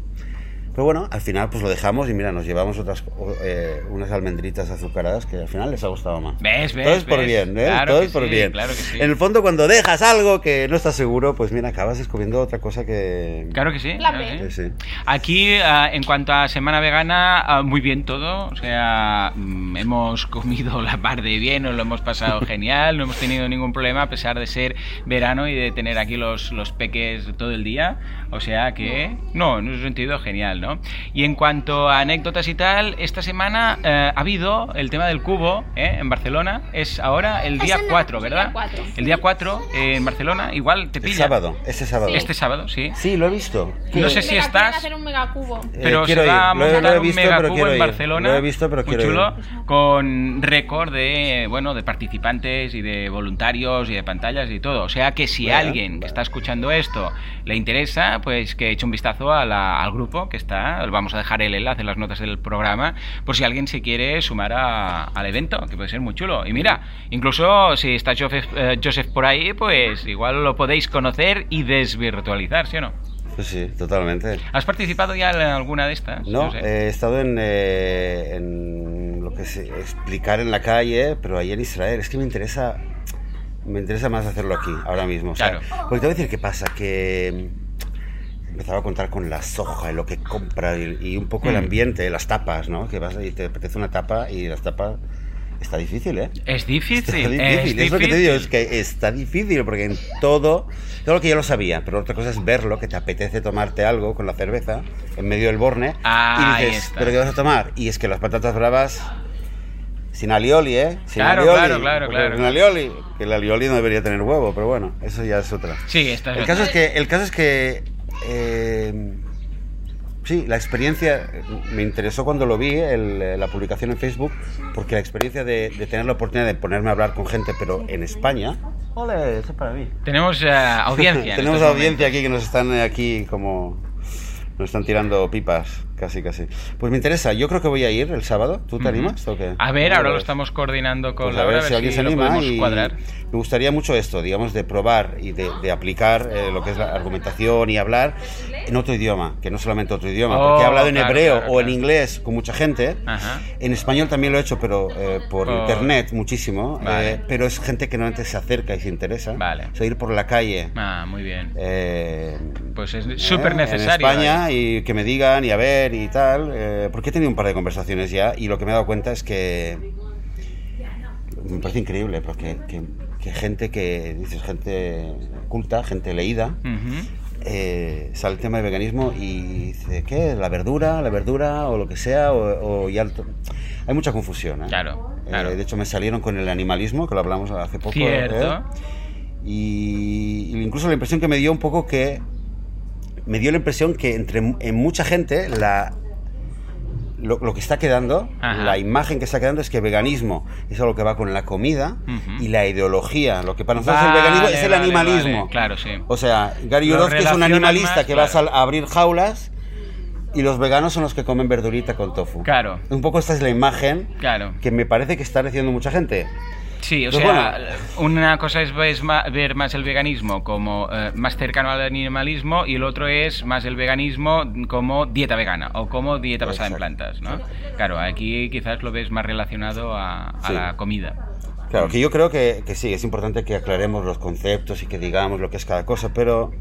Speaker 2: Pero bueno, al final pues lo dejamos y mira, nos llevamos otras o- eh, unas almendritas azucaradas que al final les ha gustado más.
Speaker 1: ¿Ves, ves?
Speaker 2: Todo es por
Speaker 1: ves.
Speaker 2: bien, ¿eh?
Speaker 1: Claro
Speaker 2: Todo
Speaker 1: que
Speaker 2: es por
Speaker 1: sí,
Speaker 2: bien.
Speaker 1: Claro que sí.
Speaker 2: En el fondo, cuando dejas algo que no estás seguro, pues mira, acabas descubriendo otra cosa que.
Speaker 1: Claro que sí.
Speaker 3: La
Speaker 1: claro
Speaker 3: B.
Speaker 1: que
Speaker 2: Sí,
Speaker 1: sí.
Speaker 2: sí.
Speaker 1: Aquí, ah, en cuanto a Semana Vegana, ah, muy bien todo. O sea, mm, hemos comido la par de bien, nos lo hemos pasado
Speaker 3: [LAUGHS]
Speaker 1: genial, no hemos tenido ningún problema a pesar de ser verano y de tener aquí los, los peques todo el día. O sea que, no, en ese sentido, genial, ¿no? Y en cuanto a anécdotas y tal, esta semana eh, ha habido el tema del cubo ¿eh? en Barcelona. Es ahora el
Speaker 3: Es
Speaker 1: día
Speaker 3: en la-
Speaker 1: 4,
Speaker 3: el
Speaker 1: ¿verdad?
Speaker 3: día 4.
Speaker 1: El día 4 eh, en Barcelona, igual te
Speaker 2: El
Speaker 1: pilla.
Speaker 2: sábado, este sábado.
Speaker 3: Sí.
Speaker 1: Este sábado, sí.
Speaker 2: Sí, lo he visto.
Speaker 1: No sé
Speaker 2: Sí.
Speaker 1: si
Speaker 3: Mira,
Speaker 1: estás-
Speaker 3: quieren hacer un megacubo.
Speaker 2: Eh,
Speaker 1: Pero
Speaker 2: quiero
Speaker 1: se
Speaker 2: ir.
Speaker 1: va a
Speaker 2: Lo he- lo he
Speaker 1: montar un
Speaker 2: visto, pero
Speaker 1: megacubo
Speaker 2: quiero
Speaker 1: en
Speaker 2: ir.
Speaker 1: Barcelona.
Speaker 2: Lo he visto, pero
Speaker 1: muy
Speaker 2: quiero
Speaker 1: chulo,
Speaker 2: ir.
Speaker 1: Con récord de, bueno, de participantes y de voluntarios y de pantallas y todo. O sea que si
Speaker 2: Vale,
Speaker 1: alguien que
Speaker 2: vale.
Speaker 1: está escuchando esto le interesa, pues que eche un vistazo a la- al grupo que está. Vamos a dejar el enlace en las notas del programa por si alguien se quiere sumar a- al evento, que puede ser muy chulo. Y mira, incluso si está Joseph, eh, Joseph por ahí, pues igual lo podéis conocer y desvirtualizar, ¿sí o no?
Speaker 2: Pues sí, totalmente.
Speaker 1: ¿Has participado ya en alguna de estas?
Speaker 2: No,
Speaker 1: sé.
Speaker 2: eh, he estado en, eh, en lo que se explicar en la calle, pero ahí en Israel. Es que me interesa, me interesa más hacerlo aquí, ahora mismo. o sea,
Speaker 1: Claro.
Speaker 2: Porque te voy a decir qué pasa, que mm, empezaba a contar con la soja y lo que compra y, y un poco el
Speaker 1: Mm.
Speaker 2: ambiente, las tapas, ¿no? Que vas y te apetece una tapa y las tapas está difícil, ¿eh?
Speaker 1: Es
Speaker 2: Está
Speaker 1: difícil.
Speaker 2: difícil,
Speaker 1: Es,
Speaker 2: es lo que te
Speaker 1: difícil.
Speaker 2: digo, es que está difícil porque en todo, todo lo que yo lo sabía, pero otra cosa es verlo, que te apetece tomarte algo con la cerveza en medio del borne
Speaker 1: Ah, Ahí
Speaker 2: y dices,
Speaker 1: está.
Speaker 2: ¿pero qué vas a tomar? Y es que las patatas bravas sin alioli, ¿eh? Sin
Speaker 1: Claro,
Speaker 2: alioli,
Speaker 1: claro, claro,
Speaker 2: porque
Speaker 1: claro.
Speaker 2: Sin alioli, que el alioli no debería tener huevo, pero bueno, eso ya es otra.
Speaker 1: Sí, esta es
Speaker 2: El
Speaker 1: otra.
Speaker 2: caso es que, el caso es que eh, sí, la experiencia eh, me interesó cuando lo vi, el, eh, la publicación en Facebook, porque la experiencia de, de tener la oportunidad de ponerme a hablar con gente, pero en España. ¡Ole! Eso es para mí.
Speaker 1: Tenemos eh, audiencia.
Speaker 2: [LAUGHS]
Speaker 1: en
Speaker 2: Tenemos
Speaker 1: estos
Speaker 2: audiencia aquí que nos están eh, aquí como. Nos están tirando pipas, casi, casi. Pues me interesa, yo creo que voy a ir el sábado. ¿Tú te
Speaker 1: Ujú.
Speaker 2: animas o qué?
Speaker 1: momentos. A ver,
Speaker 2: ¿Cómo
Speaker 1: ahora lo
Speaker 2: ves?
Speaker 1: estamos coordinando con
Speaker 2: Pues
Speaker 1: Laura, a ver si,
Speaker 2: alguien se
Speaker 1: lo
Speaker 2: anima
Speaker 1: podemos
Speaker 2: y
Speaker 1: cuadrar.
Speaker 2: Me gustaría mucho esto, digamos, de probar y de, de aplicar eh, lo que es la argumentación y hablar en otro idioma, que no solamente otro idioma,
Speaker 1: Oh,
Speaker 2: porque he hablado en
Speaker 1: claro,
Speaker 2: hebreo
Speaker 1: claro,
Speaker 2: o en
Speaker 1: claro.
Speaker 2: inglés con mucha gente.
Speaker 1: Ajá.
Speaker 2: En español también lo he hecho, pero eh, por,
Speaker 1: Por-
Speaker 2: internet muchísimo.
Speaker 1: Vale.
Speaker 2: eh, pero es gente que normalmente se acerca y se interesa.
Speaker 1: Vale.
Speaker 2: O sea, ir por la calle.
Speaker 1: Ah, muy bien.
Speaker 2: eh,
Speaker 1: Pues es
Speaker 2: eh,
Speaker 1: súper necesario. ¿eh?
Speaker 2: En España y que me digan y a ver y tal. eh, porque he tenido un par de conversaciones ya y lo que me he dado cuenta es que. Me parece increíble, porque que, que gente que. Dices, gente culta, gente leída. eh, sale el tema del veganismo y dice, ¿qué? ¿La verdura? ¿La verdura? ¿O lo que sea? ¿O, o ya el to- Hay mucha confusión. ¿eh?
Speaker 1: Claro,
Speaker 2: Eh,
Speaker 1: claro.
Speaker 2: de hecho, me salieron con el animalismo, que lo hablamos hace poco.
Speaker 1: Cierto.
Speaker 2: ¿eh? y y incluso la impresión que me dio un poco que me dio la impresión que entre mu- en mucha gente la lo, lo que está quedando,
Speaker 1: Ajá.
Speaker 2: la imagen que está quedando es que veganismo es algo que va con la comida
Speaker 1: Ujú.
Speaker 2: y la ideología, lo que para nosotros el veganismo
Speaker 1: Vale,
Speaker 2: es el
Speaker 1: vale,
Speaker 2: animalismo.
Speaker 1: vale, claro, sí.
Speaker 2: O sea, Gary
Speaker 1: Lo
Speaker 2: Yourofsky es un
Speaker 1: relacionan
Speaker 2: animalista
Speaker 1: más,
Speaker 2: que
Speaker 1: claro.
Speaker 2: va a sal- a abrir jaulas y los veganos son los que comen verdurita con tofu.
Speaker 1: Claro.
Speaker 2: Un poco esta es la imagen
Speaker 1: Claro.
Speaker 2: que me parece que está recibiendo mucha gente.
Speaker 1: Sí, o
Speaker 2: Pues
Speaker 1: sea,
Speaker 2: bueno.
Speaker 1: una cosa es, ves ma- ver más el veganismo como eh, más cercano al animalismo y el otro es más el veganismo como dieta vegana o como dieta basada en
Speaker 2: Exacto.
Speaker 1: plantas, ¿no? Claro, aquí quizás lo ves más relacionado a, a
Speaker 2: Sí.
Speaker 1: la comida.
Speaker 2: Claro, que yo creo que, que sí, es importante que aclaremos los conceptos y que digamos lo que es cada cosa, pero,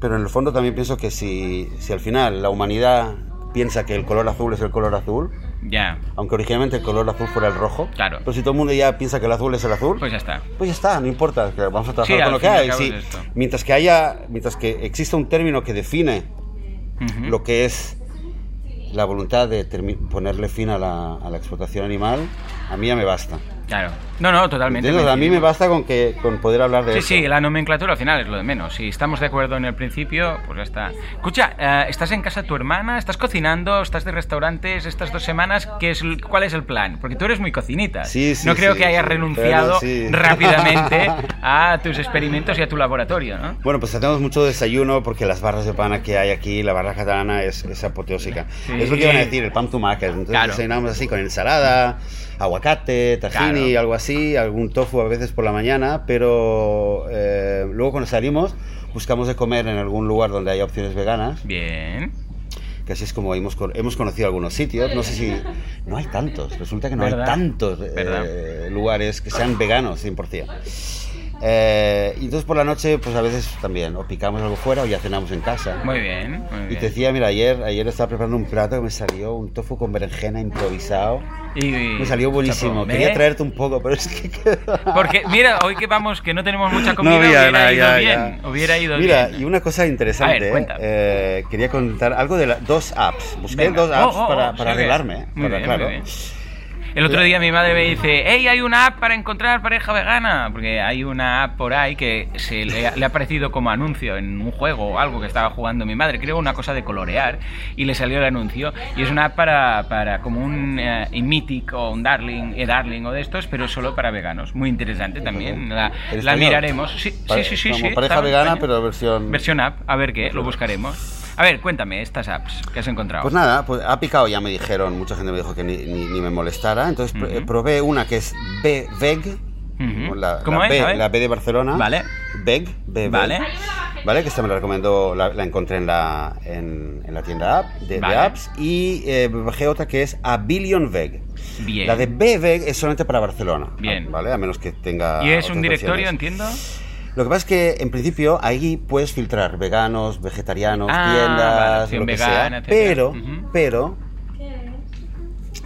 Speaker 2: pero en el fondo también pienso que si, si al final la humanidad piensa que el color azul es el color azul,
Speaker 1: Ya,
Speaker 2: aunque originalmente el color azul fuera el rojo,
Speaker 1: Claro.
Speaker 2: pero si todo el mundo ya piensa que el azul es el azul,
Speaker 1: pues ya está.
Speaker 2: pues ya está, no importa, que vamos a trabajar
Speaker 1: Sí, al
Speaker 2: con lo que
Speaker 1: fin y al
Speaker 2: hay.
Speaker 1: cabo
Speaker 2: Sí,
Speaker 1: es esto.
Speaker 2: mientras que haya, mientras que exista un término que define
Speaker 1: Ujú.
Speaker 2: lo que es la voluntad de termi- ponerle fin a la, a la explotación animal, a mí ya me basta.
Speaker 1: Claro, No, no, totalmente.
Speaker 2: Entonces, a mí me basta con, que, con poder hablar de
Speaker 1: Sí,
Speaker 2: eso.
Speaker 1: sí, la nomenclatura al final es lo de menos. Si estamos de acuerdo en el principio, pues ya está. Escucha, eh, ¿estás en casa de tu hermana? ¿Estás cocinando? ¿Estás de restaurantes estas dos semanas? ¿Qué es, el- ¿Cuál es el plan? Porque tú eres muy cocinita.
Speaker 2: Sí, sí,
Speaker 1: no creo
Speaker 2: sí,
Speaker 1: que hayas
Speaker 2: sí,
Speaker 1: renunciado
Speaker 2: pero sí. [LAUGHS]
Speaker 1: rápidamente a tus experimentos y a tu laboratorio, ¿no?
Speaker 2: Bueno, pues hacemos mucho desayuno porque las barras de pana que hay aquí, la barra catalana es, es apoteósica.
Speaker 1: Sí.
Speaker 2: Es lo que iban a decir, el pan to market. Entonces
Speaker 1: Claro.
Speaker 2: desayunamos así con ensalada, aguacate,
Speaker 1: Claro.
Speaker 2: tajini, algo así, algún tofu a veces por la mañana, pero eh, luego cuando salimos buscamos de comer en algún lugar donde haya opciones veganas,
Speaker 1: Bien.
Speaker 2: que así es como hemos, con- hemos conocido algunos sitios. No sé si... No hay tantos, resulta que no
Speaker 1: ¿Verdad?
Speaker 2: hay tantos eh,
Speaker 1: ¿Verdad?
Speaker 2: lugares que sean veganos 100%. Eh, y entonces por la noche, pues a veces también, o picamos algo fuera o ya cenamos en casa.
Speaker 1: Muy bien, muy
Speaker 2: Y
Speaker 1: bien.
Speaker 2: te decía, mira, ayer, ayer estaba preparando un plato que me salió un tofu con berenjena improvisado.
Speaker 1: Y-
Speaker 2: Me salió buenísimo.
Speaker 1: Chapo,
Speaker 2: Quería
Speaker 1: ¿ves?
Speaker 2: traerte un poco, pero es que quedó-
Speaker 1: Porque, mira, hoy que vamos, que no tenemos [LAUGHS]
Speaker 2: [LAUGHS]
Speaker 1: mucha comida,
Speaker 2: había
Speaker 1: hubiera,
Speaker 2: nada,
Speaker 1: ido
Speaker 2: ya,
Speaker 1: bien,
Speaker 2: ya.
Speaker 1: hubiera ido
Speaker 2: Mira,
Speaker 1: bien.
Speaker 2: y una cosa interesante,
Speaker 1: A ver, cuenta.
Speaker 2: eh, quería contar algo de las dos apps. Busqué
Speaker 1: Venga.
Speaker 2: dos apps
Speaker 1: Oh, oh, oh,
Speaker 2: para,
Speaker 1: sí,
Speaker 2: para
Speaker 1: bien.
Speaker 2: arreglarme.
Speaker 1: Muy
Speaker 2: para-
Speaker 1: bien,
Speaker 2: claro.
Speaker 1: muy bien. El otro día mi madre me dice, hey, hay una app para encontrar pareja vegana, porque hay una app por ahí que se le, ha, le ha aparecido como anuncio en un juego o algo que estaba jugando mi madre, creo una cosa de colorear, y le salió el anuncio, y es una app para, para como un eh, Mythic o un Darling, eh, Darling o de estos, pero solo para veganos, muy interesante también, la, la
Speaker 2: ¿En español?
Speaker 1: miraremos. Sí,
Speaker 2: Para-
Speaker 1: sí, sí, sí,
Speaker 2: Como
Speaker 1: sí,
Speaker 2: pareja
Speaker 1: estaba en
Speaker 2: vegana,
Speaker 1: España.
Speaker 2: pero versión...
Speaker 1: Versión app, a ver qué, lo buscaremos. A ver, cuéntame estas apps que has encontrado.
Speaker 2: Pues nada, pues ha picado, ya me dijeron, mucha gente me dijo que ni, ni- ni me molestara. Entonces pr-
Speaker 1: Ujú.
Speaker 2: eh, probé una que es B- VEG,
Speaker 1: Ujú.
Speaker 2: la,
Speaker 1: ¿Cómo
Speaker 2: la
Speaker 1: es? A
Speaker 2: B,
Speaker 1: ver.
Speaker 2: la B de Barcelona.
Speaker 1: Vale.
Speaker 2: VEG, B-
Speaker 1: Vale.
Speaker 2: VEG, Vale, que esta me la recomendó, la, la encontré en la, en, en la tienda app, de, de
Speaker 1: Vale.
Speaker 2: apps. Y eh, bajé otra que es Abilion VEG.
Speaker 1: Bien.
Speaker 2: La de B- VEG es solamente para Barcelona.
Speaker 1: Bien.
Speaker 2: Vale, a menos que tenga.
Speaker 1: Y es
Speaker 2: otras
Speaker 1: un directorio,
Speaker 2: versiones.
Speaker 1: entiendo.
Speaker 2: Lo que pasa es que, en principio, ahí puedes filtrar veganos, vegetarianos,
Speaker 1: Ah, vale,
Speaker 2: tiendas,
Speaker 1: opción
Speaker 2: lo que
Speaker 1: vegana,
Speaker 2: sea.
Speaker 1: etcétera.
Speaker 2: Pero,
Speaker 1: Ujú.
Speaker 2: pero...
Speaker 1: es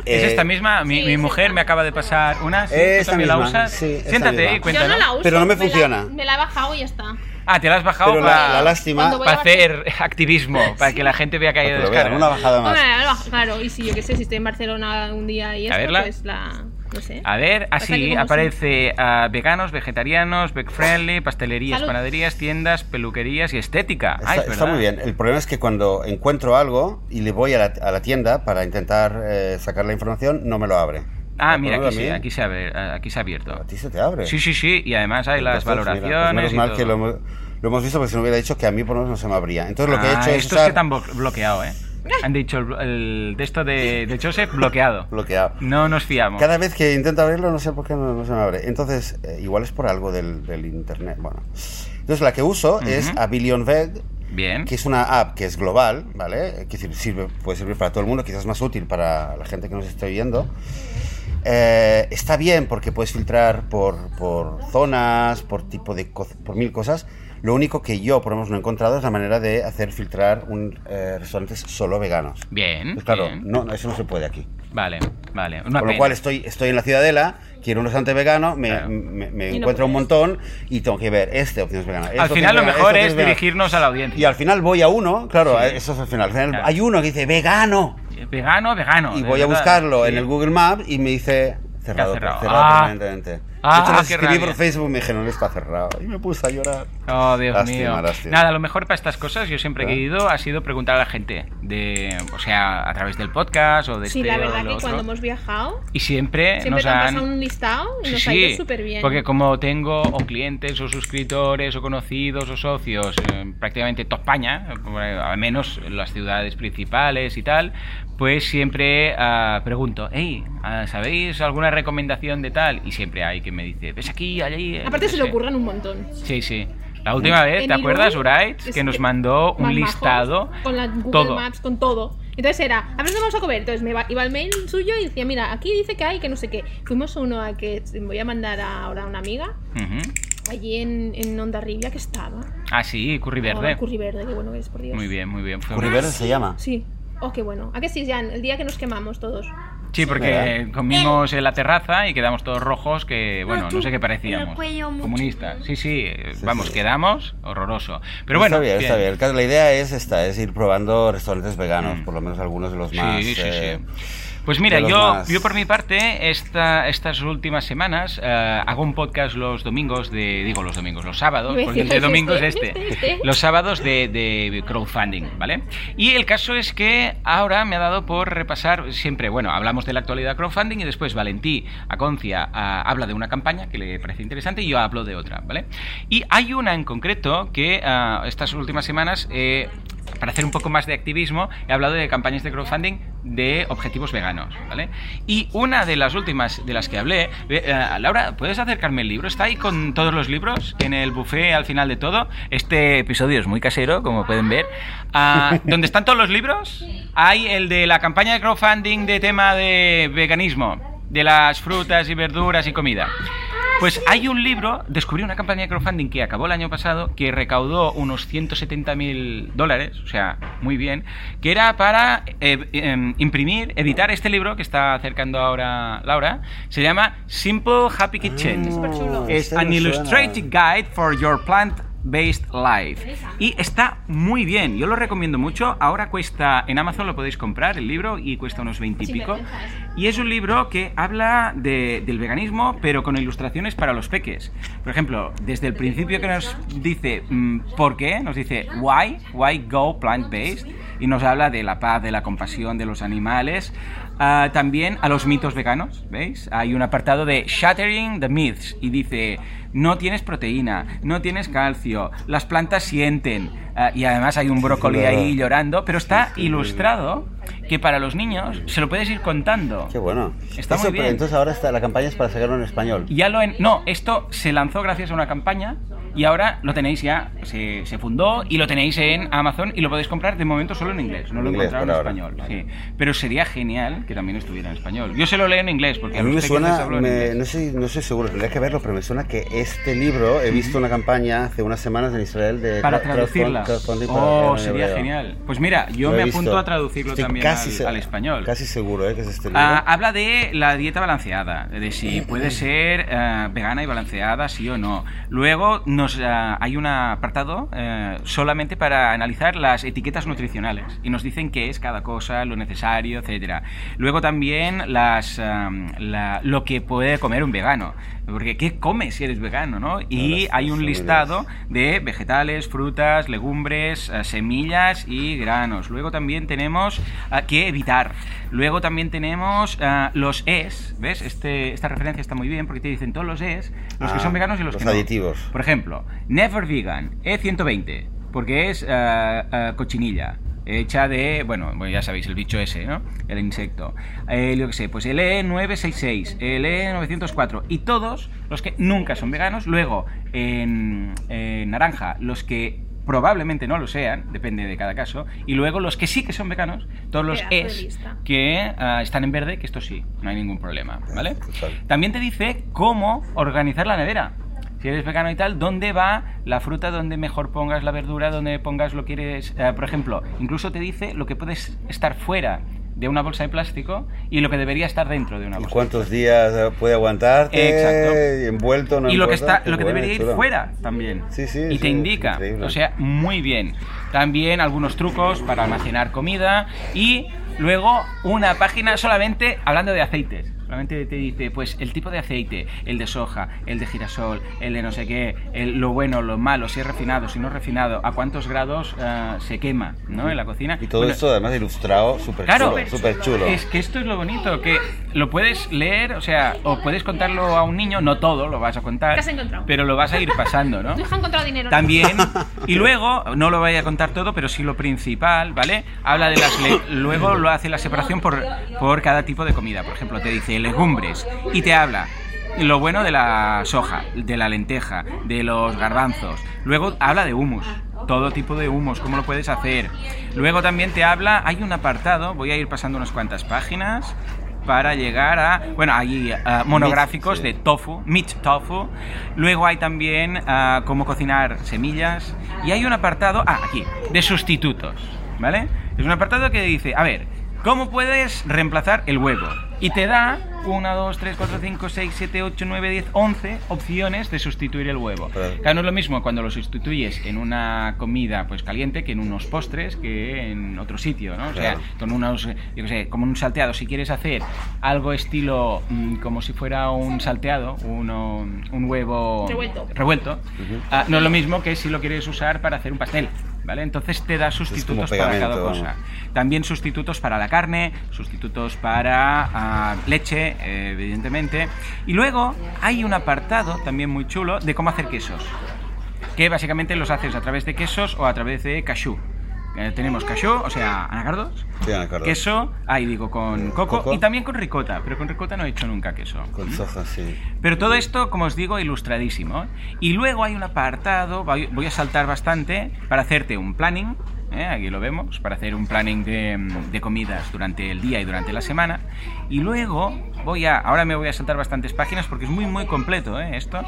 Speaker 2: eh,
Speaker 1: esta misma, mi, mi mujer me acaba de pasar una. ¿sí? ¿Tú
Speaker 2: Esta
Speaker 1: también la
Speaker 2: misma,
Speaker 1: usas?
Speaker 2: sí, esta
Speaker 1: Siéntate
Speaker 2: misma.
Speaker 1: y
Speaker 3: Yo
Speaker 1: cuéntanos.
Speaker 3: no la uso.
Speaker 2: Pero no me
Speaker 3: la-
Speaker 2: funciona.
Speaker 3: me la he bajado y ya está.
Speaker 1: Ah, te la has bajado
Speaker 2: Pero
Speaker 1: para,
Speaker 2: la, la lástima...
Speaker 3: Cuando voy a-
Speaker 1: para hacer activismo,
Speaker 2: [LAUGHS]
Speaker 1: para que la gente vea que hay
Speaker 2: Pero vean,
Speaker 1: descarga.
Speaker 2: una bajada más.
Speaker 3: Hombre, la he bajado, claro, y si yo qué sé, si estoy en Barcelona un día y
Speaker 1: A
Speaker 3: esto,
Speaker 1: verla.
Speaker 3: pues la. No sé.
Speaker 1: A ver,
Speaker 3: Pasa que
Speaker 1: así
Speaker 3: como
Speaker 1: aparece ah, veganos, vegetarianos, veg friendly, pastelerías,
Speaker 3: Salud.
Speaker 1: panaderías, tiendas, peluquerías y estética. Ah,
Speaker 2: Está,
Speaker 1: es
Speaker 2: está
Speaker 1: verdad.
Speaker 2: muy bien. El problema es que cuando encuentro algo y le voy a la, a la tienda para intentar eh, sacar la información, no me lo abre.
Speaker 1: Ah,
Speaker 2: El
Speaker 1: mira,
Speaker 2: problema
Speaker 1: aquí, sí,
Speaker 2: también-
Speaker 1: aquí, se abre- aquí se ha abierto.
Speaker 2: A ti se te abre.
Speaker 1: Sí, sí, sí, y además hay las
Speaker 2: Entonces,
Speaker 1: valoraciones.
Speaker 2: mira, pues menos
Speaker 1: y
Speaker 2: mal
Speaker 1: todo.
Speaker 2: que lo, hemos- lo hemos visto porque si no hubiera dicho que a mí por lo menos no se me abría. Entonces lo que he
Speaker 1: Ah,
Speaker 2: hecho es
Speaker 1: esto
Speaker 2: usar...
Speaker 1: es que te han blo- bloqueado, ¿eh? Han dicho el, el de esto de, de Joseph bloqueado.
Speaker 2: Bloqueado.
Speaker 1: No nos fiamos.
Speaker 2: Cada vez que intento abrirlo, no sé por qué no, no se me abre. Entonces, eh, igual es por algo del, del internet. Bueno, entonces la que uso es
Speaker 1: Ujú. ¿Mm?
Speaker 2: Abilion Veg,
Speaker 1: Bien.
Speaker 2: que es una app que es global, ¿vale? Que sir- sirve, puede servir para todo el mundo, quizás más útil para la gente que nos está oyendo. Eh, está bien porque puedes filtrar por, por zonas, por tipo de co- por mil cosas. Lo único que yo, por lo menos, no he encontrado es la manera de hacer filtrar un eh, restaurantes solo veganos.
Speaker 1: Bien.
Speaker 2: Pues claro,
Speaker 1: Mm, bien.
Speaker 2: no, eso no se puede aquí.
Speaker 1: Vale, vale. Una
Speaker 2: Con lo
Speaker 1: pena.
Speaker 2: cual estoy, estoy en la Ciudadela, quiero un restaurante vegano, me,
Speaker 1: Claro.
Speaker 2: me- me
Speaker 3: Y no
Speaker 2: encuentro un
Speaker 3: puedes.
Speaker 2: montón y tengo que ver este opciones veganas. este
Speaker 1: Al final lo mejor es dirigirnos a la
Speaker 2: Y
Speaker 1: audiencia.
Speaker 2: al final voy a uno, claro,
Speaker 1: Sí.
Speaker 2: eso es al final. Al final
Speaker 1: Claro.
Speaker 2: Hay uno que dice vegano
Speaker 1: Eh, Vegano, vegano.
Speaker 2: y
Speaker 1: de
Speaker 2: voy a
Speaker 1: verdad.
Speaker 2: buscarlo
Speaker 1: Sí.
Speaker 2: en el Google Maps y me dice cerrado, pues,
Speaker 1: cerrado.
Speaker 2: cerrado,
Speaker 1: Ah.
Speaker 2: permanentemente. De
Speaker 1: Ah,
Speaker 2: hecho, les
Speaker 1: qué
Speaker 2: escribí
Speaker 1: rabia.
Speaker 2: por Facebook y me dijeron, está cerrado. Y me puse a llorar.
Speaker 1: Oh, Dios
Speaker 2: Lástima,
Speaker 1: mío.
Speaker 2: lástima.
Speaker 1: Nada, lo mejor para estas cosas, yo siempre que he
Speaker 2: ¿Eh?
Speaker 1: ido, ha sido preguntar a la gente. De, o sea, a través del podcast o de
Speaker 3: Sí,
Speaker 1: este
Speaker 3: la
Speaker 1: o
Speaker 3: verdad
Speaker 1: del
Speaker 3: que
Speaker 1: otro.
Speaker 3: cuando hemos viajado,
Speaker 1: Y siempre,
Speaker 3: siempre
Speaker 1: nos
Speaker 3: nos han
Speaker 1: han...
Speaker 3: pasado un listado y
Speaker 1: Sí,
Speaker 3: nos ha
Speaker 1: sí,
Speaker 3: ido súper bien.
Speaker 1: porque como tengo o clientes o suscriptores o conocidos o socios en prácticamente toda España, eh, al menos en las ciudades principales y tal, pues siempre ah, pregunto, hey, ah, ¿sabéis alguna recomendación de tal? Y siempre hay que me dice, ves aquí, allí... eh,
Speaker 3: Aparte
Speaker 1: yo
Speaker 3: se
Speaker 1: qué
Speaker 3: le
Speaker 1: sé".
Speaker 3: ocurren un montón.
Speaker 1: Sí, sí. La última vez,
Speaker 3: En
Speaker 1: ¿te acuerdas,
Speaker 3: Irún,
Speaker 1: Urait?
Speaker 3: es
Speaker 1: Que nos
Speaker 3: que-
Speaker 1: mandó Oh, un
Speaker 3: más majos,
Speaker 1: listado.
Speaker 3: Con la Google
Speaker 1: todo.
Speaker 3: Maps, con todo. Entonces era, a ver dónde vamos a comer. Entonces me iba, iba al mail suyo y decía, mira, aquí dice que hay, que no sé qué. Fuimos a uno a que voy a mandar ahora a una amiga,
Speaker 1: Ujú.
Speaker 3: allí en, en Ondarribia, que estaba.
Speaker 1: Ah, sí, curry verde.
Speaker 3: Oh, curry verde, qué bueno que es, por Dios.
Speaker 1: Muy bien, muy bien. Fue
Speaker 2: Curry
Speaker 1: una-
Speaker 2: verde se llama.
Speaker 3: Sí. Oh, qué bueno. ¿A que sí, Jan? El día que nos quemamos todos.
Speaker 1: Sí, porque
Speaker 2: ¿Verdad?
Speaker 1: comimos en la terraza y quedamos todos rojos que, bueno, no,
Speaker 4: tú,
Speaker 1: sé qué parecíamos.
Speaker 4: el cuello mucho.
Speaker 1: Comunistas. Sí, sí, eh,
Speaker 2: Sí,
Speaker 1: vamos,
Speaker 2: sí.
Speaker 1: quedamos horroroso. Pero bueno,
Speaker 2: Está bien, está
Speaker 1: bien.
Speaker 2: bien. El caso- La idea es esta, es ir probando restaurantes veganos,
Speaker 1: Mm.
Speaker 2: por lo menos algunos de los
Speaker 1: Sí,
Speaker 2: más...
Speaker 1: sí, sí.
Speaker 2: eh,
Speaker 1: Pues mira,
Speaker 2: De los
Speaker 1: yo,
Speaker 2: más-
Speaker 1: yo por mi parte, esta, estas últimas semanas eh, hago un podcast los domingos de. Digo los domingos, los sábados,
Speaker 3: Iba a
Speaker 1: porque el
Speaker 3: decir,
Speaker 1: de domingo es
Speaker 3: este,
Speaker 1: este.
Speaker 3: este, este.
Speaker 1: Los sábados de, de crowdfunding, ¿vale? Y el caso es que ahora me ha dado por repasar siempre. Bueno, hablamos de la actualidad crowdfunding y después Valentí Aconcia ah, habla de una campaña que le parece interesante y yo hablo de otra, ¿vale? Y hay una en concreto que ah, estas últimas semanas. eh, para hacer un poco más de activismo, he hablado de campañas de crowdfunding de objetivos veganos, ¿vale? Y una de las últimas de las que hablé, eh, eh, Laura, ¿puedes acercarme el libro? Está ahí con todos los libros en el buffet al final de todo. Este episodio es muy casero, como pueden ver. Ah, ¿Dónde están todos los libros? Hay el de la campaña de crowdfunding de tema de veganismo, de las frutas y verduras y comida. Pues hay un libro, descubrí una campaña de crowdfunding que acabó el año pasado, que recaudó unos 170.000 dólares, o sea, muy bien, que era para eh, em, imprimir, editar este libro que está acercando ahora Laura, se llama Simple Happy
Speaker 3: Mm.
Speaker 2: Ah,
Speaker 1: Kitchen.
Speaker 3: superchulo.
Speaker 2: Este
Speaker 1: es An Illustrated Guide for Your Plant Based Life. Y está muy bien, yo lo recomiendo mucho. Ahora cuesta, en Amazon lo podéis comprar el libro y cuesta unos 20 y
Speaker 3: Sin
Speaker 1: pico.
Speaker 3: vergüenza, es.
Speaker 1: Y es un libro que habla de- del veganismo, pero con ilustraciones para los peques. Por ejemplo, desde el principio que nos dice mm, por qué, nos dice why, why go plant-based, y nos habla de la paz, de la compasión, de los animales. Ah, también a los mitos veganos, ¿veis? Hay un apartado de Shattering the Myths y dice, no tienes proteína, no tienes calcio, las plantas sienten. Ah, y además hay un brócoli ahí llorando, pero está ilustrado que para los niños se lo puedes ir contando.
Speaker 2: Qué bueno.
Speaker 1: Está muy
Speaker 2: Eso,
Speaker 1: bien.
Speaker 2: Pero entonces ahora está, la campaña es para sacarlo en español.
Speaker 1: Ya lo en- no, esto se lanzó gracias a una campaña y ahora lo tenéis ya, se, se fundó y lo tenéis en Amazon y lo podéis comprar de momento solo en inglés, no lo
Speaker 2: En inglés,
Speaker 1: encontraron en
Speaker 2: por ahora.
Speaker 1: español. sí. Pero sería genial que también estuviera en español. Yo se lo leo en inglés porque
Speaker 2: A mí
Speaker 1: los
Speaker 2: me
Speaker 1: peques les
Speaker 2: suena,
Speaker 1: hablo en
Speaker 2: me-
Speaker 1: inglés.
Speaker 2: no, sé, no estoy seguro, tendría que verlo, pero me suena que este libro, he visto una campaña hace unas semanas en Israel de
Speaker 1: para
Speaker 2: crowdfund-
Speaker 1: traducirla.
Speaker 2: crowdfunding para
Speaker 1: Oh,
Speaker 2: el
Speaker 1: sería
Speaker 2: hebreo.
Speaker 1: genial. Pues mira, yo
Speaker 2: Lo he
Speaker 1: me apunto
Speaker 2: visto.
Speaker 1: a traducirlo
Speaker 2: Estoy
Speaker 1: también
Speaker 2: casi
Speaker 1: al,
Speaker 2: se-
Speaker 1: al español.
Speaker 2: Casi seguro eh, que es este libro.
Speaker 1: Ah, habla de la dieta balanceada, de si puede ser ah, vegana y balanceada, sí o no. Luego nos ah, hay un apartado eh, solamente para analizar las etiquetas nutricionales y nos dicen qué es cada cosa, lo necesario, etcétera. Luego también las am, la- lo que puede comer un vegano, porque qué comes si eres vegano, ¿no? Y
Speaker 2: Todas las
Speaker 1: hay un
Speaker 2: familias.
Speaker 1: listado de vegetales, frutas, legumbres, eh, semillas y granos. Luego también tenemos eh, que evitar. Luego también tenemos eh, los es, ¿ves? Este, esta referencia está muy bien porque te dicen todos los es, los que
Speaker 2: Ah,
Speaker 1: son veganos y los,
Speaker 2: los
Speaker 1: que no.
Speaker 2: aditivos.
Speaker 1: Por ejemplo, never vegan, E120, porque es eh, eh, cochinilla. Hecha de, bueno, bueno, ya sabéis, el bicho ese, ¿no? El insecto. El, yo qué sé, pues el E966, el E904 y todos los que nunca son veganos. Luego, en, en naranja, los que probablemente no lo sean, depende de cada caso. Y luego los que sí que son veganos, todos los
Speaker 3: Pedazo de
Speaker 1: es
Speaker 3: lista.
Speaker 1: que ah, están en verde, que esto sí, no hay ningún problema, ¿vale?
Speaker 2: Total.
Speaker 1: También te dice cómo organizar la nevera. Si eres vegano y tal, ¿dónde va la fruta? ¿Dónde mejor pongas la verdura? ¿Dónde pongas lo que quieres? eh, por ejemplo, incluso te dice lo que puedes estar fuera de una bolsa de plástico y lo que debería estar dentro de una
Speaker 2: ¿Y
Speaker 1: bolsa.
Speaker 2: cuántos días eh, puede aguantarte?
Speaker 1: Exacto.
Speaker 2: Envuelto, no
Speaker 1: y lo que,
Speaker 2: envuelto?
Speaker 1: está,
Speaker 2: Qué
Speaker 1: lo que
Speaker 2: bueno,
Speaker 1: debería ir
Speaker 2: chulo.
Speaker 1: fuera también.
Speaker 2: Sí, sí,
Speaker 1: y
Speaker 2: sí,
Speaker 1: te
Speaker 2: es
Speaker 1: indica.
Speaker 2: increíble.
Speaker 1: O sea, muy bien. También algunos trucos para almacenar comida y luego una página solamente hablando de aceites. Solamente te dice, pues el tipo de aceite, el de soja, el de girasol, el de no sé qué, el- lo bueno, lo malo, si es refinado, si no es refinado, a cuántos grados eh, se quema ¿no? en la cocina.
Speaker 2: Y todo
Speaker 1: Bueno,
Speaker 2: esto además ilustrado, súper
Speaker 1: Claro.
Speaker 2: chulo. Súper chulo.
Speaker 1: es que esto es lo bonito, que lo puedes leer, o sea, o puedes contarlo a un niño, no todo lo vas a contar,
Speaker 3: ¿Qué has encontrado?
Speaker 1: pero lo vas a ir pasando,
Speaker 3: [LAUGHS]
Speaker 1: ¿no?
Speaker 3: Tu hija ha encontrado dinero.
Speaker 1: También, y luego, no lo voy a contar todo, pero sí lo principal, ¿vale? Habla de las... le- luego lo hace la separación por, por cada tipo de comida. Por ejemplo, te dice legumbres y te habla lo bueno de la soja, de la lenteja, de los garbanzos. Luego habla de humus, todo tipo de humus, cómo lo puedes hacer. Luego también te habla, hay un apartado, voy a ir pasando unas cuantas páginas para llegar a, bueno, hay ah, monográficos
Speaker 2: sí.
Speaker 1: de tofu, meat tofu. Luego hay también ah, cómo cocinar semillas. Y hay un apartado, ah, aquí, de sustitutos, ¿vale? Es un apartado que dice, a ver, ¿Cómo puedes reemplazar el huevo? Y te da 1, 2, 3, 4, 5, 6, 7, 8, 9, 10, 11 opciones de sustituir el huevo.
Speaker 2: Claro.
Speaker 1: Claro, no es lo mismo cuando lo sustituyes en una comida pues caliente que en unos postres que en otro sitio, ¿no? O sea,
Speaker 2: Claro.
Speaker 1: con unos, eh, yo qué sé, como un salteado. Si quieres hacer algo estilo mm, como si fuera un salteado, uno, un huevo
Speaker 3: Revuelto.
Speaker 1: revuelto, ah, no es lo mismo que si lo quieres usar para hacer un pastel. ¿Vale? Entonces te da sustitutos para cada
Speaker 2: pegamento,
Speaker 1: cosa.
Speaker 2: vamos.
Speaker 1: También sustitutos para la carne, sustitutos para ah, leche, eh, evidentemente. Y luego hay un apartado también muy chulo de cómo hacer quesos, que básicamente los haces a través de quesos o a través de cashew. Eh, tenemos cashew, o sea, anacardos,
Speaker 2: Sí, anacardos.
Speaker 1: queso, ahí digo, con coco,
Speaker 2: Coco.
Speaker 1: y también con ricota, pero con ricota no he hecho nunca queso.
Speaker 2: Con soja, sí.
Speaker 1: Pero todo esto, como os digo, ilustradísimo. Y luego hay un apartado, voy voy a saltar bastante, para hacerte un planning. ¿eh? Aquí lo vemos, para hacer un planning de, mm, de comidas durante el día y durante la semana. Y luego voy a. Ahora me voy a saltar bastantes páginas porque es muy, muy completo ¿eh? esto.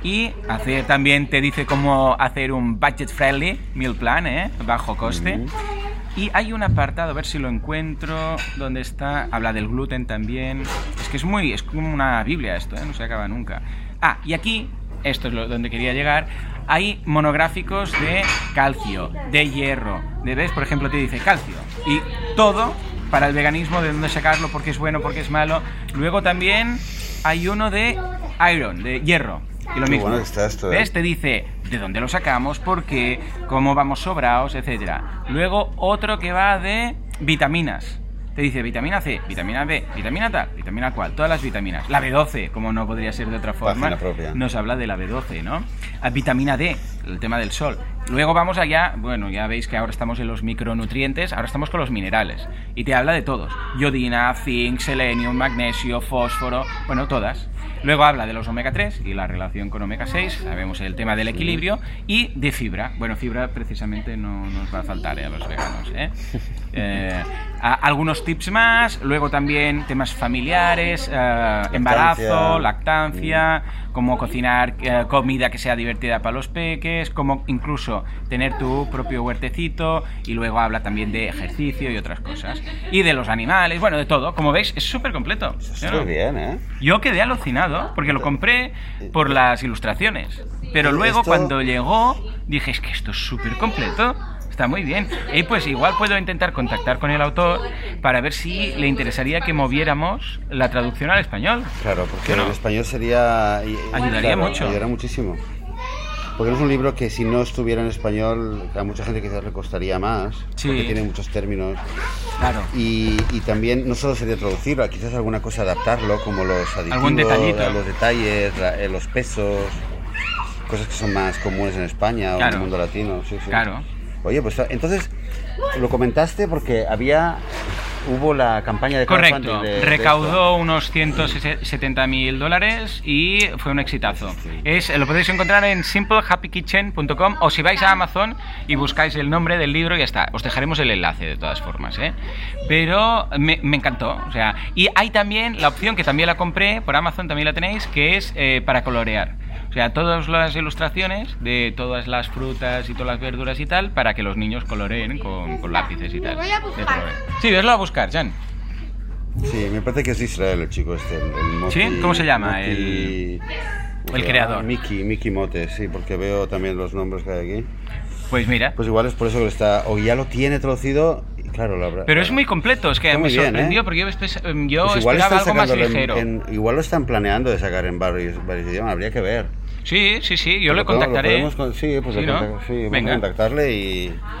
Speaker 1: Y hacer, también te dice cómo hacer un budget friendly meal plan, ¿eh? bajo coste. Y hay un apartado, a ver si lo encuentro, donde está, habla del gluten también. Es que es muy, es como una Biblia esto, ¿eh? no se acaba nunca. Ah, y aquí, esto es lo, donde quería llegar, hay monográficos de calcio, de hierro, de ves, por ejemplo, te dice calcio. Y todo para el veganismo, de dónde sacarlo, porque es bueno, porque es malo. Luego también hay uno de iron, de hierro. Y lo
Speaker 2: Qué
Speaker 1: mismo.
Speaker 2: bueno que está esto, ¿eh?
Speaker 1: ¿Ves? te este dice de dónde lo sacamos, por qué, cómo vamos sobrados, etcétera. Luego otro que va de vitaminas. Te dice vitamina C, vitamina B, vitamina tal, vitamina cual, todas las vitaminas. La B12, como no podría ser de otra forma,
Speaker 2: Página propia.
Speaker 1: nos habla de la B12, ¿no? Ah, Vitamina D, el tema del sol. Luego vamos allá, bueno, ya veis que ahora estamos en los micronutrientes, ahora estamos con los minerales. Y te habla de todos. Iodina, zinc, selenio, magnesio, fósforo, bueno, todas. Luego habla de los omega 3 y la relación con omega 6, sabemos el tema del equilibrio, y de fibra. Bueno, fibra precisamente no nos va a faltar eh, a los veganos. ¿eh? Eh, a- algunos tips más, luego también temas familiares, eh, embarazo, lactancia, cómo cocinar eh, comida que sea divertida para los peques, cómo incluso tener tu propio huertecito y luego habla también de ejercicio y otras cosas. Y de los animales, bueno, de todo. Como veis, es súper completo. ¿sí o no?
Speaker 2: Muy bien, ¿eh?
Speaker 1: Yo quedé alucinado porque lo compré por las ilustraciones. Pero luego
Speaker 2: Esto-
Speaker 1: cuando llegó dije, es que esto es súper completo. Está muy bien. Y pues igual puedo intentar contactar con el autor para ver si le interesaría que moviéramos la traducción al español.
Speaker 2: Claro, porque
Speaker 1: no?
Speaker 2: en español sería... y- y-
Speaker 1: Ayudaría
Speaker 2: claro,
Speaker 1: mucho.
Speaker 2: Ayudaría muchísimo. Porque es un libro que si no estuviera en español, a mucha gente quizás le costaría más,
Speaker 1: Sí.
Speaker 2: porque tiene muchos términos.
Speaker 1: Claro.
Speaker 2: Y, y también no solo sería traducirlo, quizás alguna cosa adaptarlo, como los aditivos,
Speaker 1: Algún detallito.
Speaker 2: los detalles, la- eh, los pesos, cosas que son más comunes en España o en
Speaker 1: Claro.
Speaker 2: el mundo latino. sí, sí.
Speaker 1: Claro.
Speaker 2: Oye, pues entonces lo comentaste porque había hubo la campaña de
Speaker 1: Correcto.
Speaker 2: crowdfunding de- de esto.
Speaker 1: Recaudó unos 170 mil dólares y fue un exitazo. Es, lo podéis encontrar en simplehappykitchen.com o si vais a Amazon y buscáis el nombre del libro y ya está. Os dejaremos el enlace de todas formas. ¿eh? Pero me, me encantó. O sea, y hay también la opción que también la compré por Amazon, también la tenéis, que es eh, para colorear. O sea, todas las ilustraciones de todas las frutas y todas las verduras y tal, para que los niños coloreen con, con lápices y tal.
Speaker 4: Lo voy a
Speaker 1: De
Speaker 4: buscar.
Speaker 1: colores. Sí, veslo a buscar, Jan.
Speaker 2: Sí, me parece que es de Israel el chico este. El, el Moti-
Speaker 1: ¿Sí? ¿Cómo se llama?
Speaker 2: Moti-
Speaker 1: El-
Speaker 2: ¿cómo
Speaker 1: el
Speaker 2: se llama?
Speaker 1: creador.
Speaker 2: Miki, Miki Mote, sí, porque veo también los nombres que hay aquí.
Speaker 1: Pues mira.
Speaker 2: Pues igual es por eso que lo está, o ya lo tiene traducido, y claro, lo habrá.
Speaker 1: Pero es muy completo, es que
Speaker 2: Está
Speaker 1: me
Speaker 2: muy bien,
Speaker 1: sorprendió
Speaker 2: ¿eh?
Speaker 1: porque yo, espe- yo
Speaker 2: Pues
Speaker 1: esperaba
Speaker 2: están
Speaker 1: algo más
Speaker 2: sacándolo en-
Speaker 1: ligero.
Speaker 2: en- igual lo están planeando de sacar en varios, varios idiomas, habría que ver.
Speaker 1: Sí, sí, sí, yo
Speaker 2: Lo
Speaker 1: le
Speaker 2: podemos-
Speaker 1: contactaré.
Speaker 2: lo podemos con- sí, pues
Speaker 1: Sí,
Speaker 2: le
Speaker 1: ¿no?
Speaker 2: contacta- sí, vamos
Speaker 1: Venga.
Speaker 2: a contactarle y.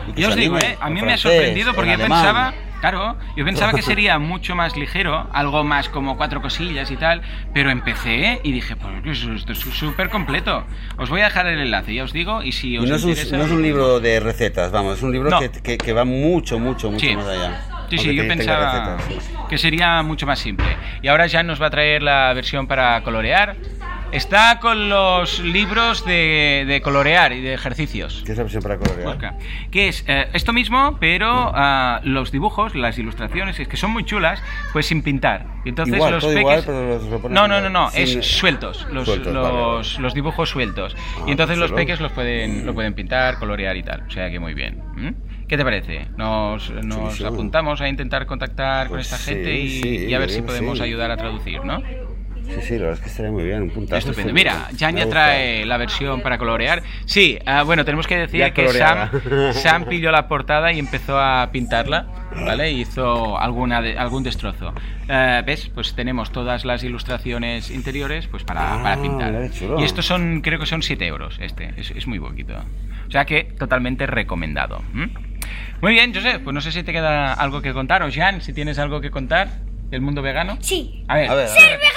Speaker 2: y que
Speaker 1: Yo os
Speaker 2: se
Speaker 1: digo,
Speaker 2: anime,
Speaker 1: ¿eh? a
Speaker 2: en
Speaker 1: mí me ha
Speaker 2: francés,
Speaker 1: sorprendido
Speaker 2: en
Speaker 1: porque yo
Speaker 2: alemán.
Speaker 1: pensaba, claro, yo pensaba que sería mucho más ligero, algo más como cuatro cosillas y tal, pero empecé y dije, pues esto es- esto es súper completo. Os voy a dejar el enlace, ya os digo, y si
Speaker 2: Y
Speaker 1: os
Speaker 2: no es, un,
Speaker 1: interesa-
Speaker 2: no es un libro de recetas, vamos, es un libro
Speaker 1: No.
Speaker 2: que, que- que va mucho, mucho, mucho
Speaker 1: Sí.
Speaker 2: más allá.
Speaker 1: Sí, sí,
Speaker 2: aunque
Speaker 1: yo
Speaker 2: te- tenga
Speaker 1: pensaba
Speaker 2: recetas, sí.
Speaker 1: que sería mucho más simple. Y ahora ya nos va a traer la versión para colorear. Está con los libros de, de colorear y de ejercicios.
Speaker 2: ¿Qué es la opción para colorear?
Speaker 1: Oscar. Que es eh, esto mismo, pero ah, los dibujos, las ilustraciones, es que son muy chulas, pues sin pintar. Y Entonces
Speaker 2: Igual,
Speaker 1: los
Speaker 2: todo
Speaker 1: peques-
Speaker 2: igual, pero los- lo ponen
Speaker 1: No, no, no, no,
Speaker 2: sin-
Speaker 1: es sueltos, los,
Speaker 2: Sueltos,
Speaker 1: los,
Speaker 2: vale, vale.
Speaker 1: los dibujos sueltos.
Speaker 2: Ah,
Speaker 1: y entonces los
Speaker 2: chulo.
Speaker 1: peques los pueden, lo pueden pintar, colorear y tal. O sea que muy bien. ¿Mm? ¿Qué te parece? Nos, nos
Speaker 2: Chulísimo.
Speaker 1: apuntamos a intentar contactar con
Speaker 2: Pues
Speaker 1: esta
Speaker 2: sí,
Speaker 1: gente y,
Speaker 2: sí,
Speaker 1: y a
Speaker 2: yo
Speaker 1: ver
Speaker 2: creo
Speaker 1: si
Speaker 2: que
Speaker 1: podemos
Speaker 2: sí.
Speaker 1: ayudar a traducir, ¿no?
Speaker 2: Sí, sí, la verdad es que estaría muy bien, un puntazo.
Speaker 1: Estupendo.
Speaker 2: estaría
Speaker 1: Mira,
Speaker 2: bien. Me
Speaker 1: Jania
Speaker 2: gusta.
Speaker 1: trae la versión para colorear. Sí, ah, bueno, tenemos que decir
Speaker 2: Ya
Speaker 1: que Sam, [LAUGHS]
Speaker 2: coloreada.
Speaker 1: Sam pilló la portada y empezó a pintarla, ¿vale? Y hizo alguna de- algún destrozo. Eh, ¿Ves? Pues tenemos todas las ilustraciones interiores pues para,
Speaker 2: Ah,
Speaker 1: para pintar.
Speaker 2: mira, qué chulo.
Speaker 1: Y estos son, creo que son 7 euros este. Es, es muy poquito. O sea que totalmente recomendado. ¿m? Muy bien, José, pues no sé si te queda algo que contar. O Jan, si tienes algo que contar del mundo vegano.
Speaker 4: Sí.
Speaker 1: A ver,
Speaker 2: A ver, a ver.
Speaker 4: ¡Vegano!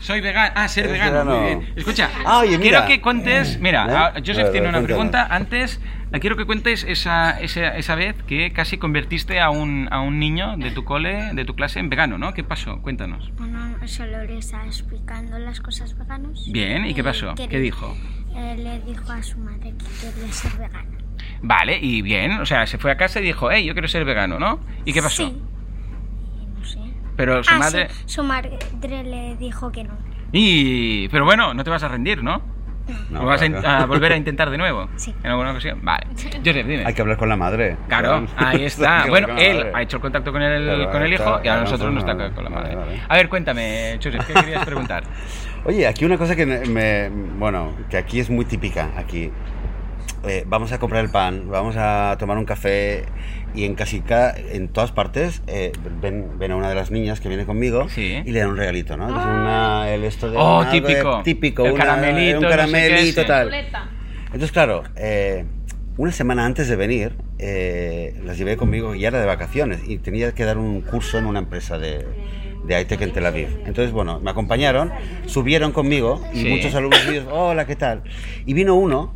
Speaker 1: soy vegano. Ah, ser
Speaker 2: Eres
Speaker 1: vegano. Muy
Speaker 2: vegano.
Speaker 1: bien. Escucha,
Speaker 2: Ah, oye,
Speaker 1: quiero
Speaker 2: mira.
Speaker 1: que cuentes. Mira,
Speaker 2: ¿Eh?
Speaker 1: ah,
Speaker 2: A
Speaker 1: Joseph
Speaker 2: ver,
Speaker 1: tiene
Speaker 2: a ver,
Speaker 1: una pregunta.
Speaker 2: cuéntame.
Speaker 1: Antes, eh, quiero que cuentes esa, esa, esa vez que casi convertiste a un, a un niño de tu cole, de tu clase, en vegano, ¿no? ¿Qué pasó? Cuéntanos.
Speaker 4: Bueno, solo le está explicando las cosas veganas.
Speaker 1: Bien, ¿y qué pasó?
Speaker 4: que-
Speaker 1: ¿Qué dijo?
Speaker 4: eh, le dijo a su madre que quería ser vegana.
Speaker 1: Vale, y bien, o sea, se fue a casa y dijo, hey, yo quiero ser vegano, ¿no? ¿Y qué pasó?
Speaker 4: Sí. Eh, No sé.
Speaker 1: Pero su
Speaker 4: Ah,
Speaker 1: madre.
Speaker 4: sí, su madre le dijo que no.
Speaker 1: Y. Pero bueno, no te vas a rendir, ¿no?
Speaker 2: No,
Speaker 1: ¿Lo vas a, in-
Speaker 2: claro.
Speaker 1: a volver a intentar de nuevo?
Speaker 4: Sí.
Speaker 1: ¿En alguna ocasión?
Speaker 4: [LAUGHS]
Speaker 1: Vale. Joseph, dime.
Speaker 2: Hay que hablar con la madre. [LAUGHS]
Speaker 1: Claro, ahí está.
Speaker 2: Hay que hablar
Speaker 1: Bueno,
Speaker 2: con la
Speaker 1: él
Speaker 2: madre.
Speaker 1: ha hecho el contacto con el,
Speaker 2: Claro,
Speaker 1: con el
Speaker 2: ahí
Speaker 1: hijo
Speaker 2: está,
Speaker 1: y a
Speaker 2: claro,
Speaker 1: nosotros nos
Speaker 2: nosotros
Speaker 1: toca con la
Speaker 2: no.
Speaker 1: madre.
Speaker 2: Vale, vale.
Speaker 1: A ver, cuéntame, Joseph, ¿qué querías
Speaker 2: [LAUGHS]
Speaker 1: preguntar?
Speaker 2: Oye, aquí una cosa que me- me- bueno, que aquí es muy típica, aquí. Eh, vamos a comprar el pan, vamos a tomar un café y en casi cada, en todas partes eh, ven, ven a una de las niñas que viene conmigo
Speaker 1: Sí.
Speaker 2: y le dan un regalito, ¿no? Que es una- el esto de
Speaker 1: Oh,
Speaker 2: una-
Speaker 1: típico.
Speaker 2: típico,
Speaker 1: El
Speaker 2: una-
Speaker 1: caramelito, no
Speaker 2: un
Speaker 1: sé
Speaker 2: caramelito
Speaker 1: qué, sí.
Speaker 2: tal.
Speaker 3: Chuleta.
Speaker 2: Entonces, claro, eh, una semana antes de venir eh, las llevé conmigo y era de vacaciones y tenía que dar un curso en una empresa de, de high-tech en Tel Aviv. Entonces, bueno, me acompañaron, subieron conmigo y
Speaker 1: Sí.
Speaker 2: muchos alumnos míos, hola, ¿qué tal? Y vino uno,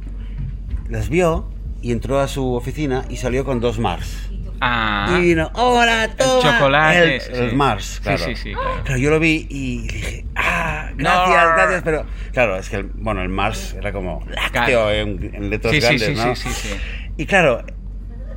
Speaker 2: las vio y entró a su oficina y salió con dos Mars.
Speaker 1: Ah,
Speaker 2: Y vino, hola, toma.
Speaker 1: chocolates.
Speaker 2: El,
Speaker 1: sí.
Speaker 2: los Mars, claro.
Speaker 1: Sí, sí, sí. claro.
Speaker 2: Claro, yo lo vi y dije, ah, gracias,
Speaker 1: No.
Speaker 2: gracias, pero claro, es que el, bueno, el Mars era como
Speaker 1: Claro.
Speaker 2: lácteo en, en letras
Speaker 1: Sí, sí,
Speaker 2: grandes,
Speaker 1: sí,
Speaker 2: ¿no?
Speaker 1: sí, sí, sí.
Speaker 2: Y claro,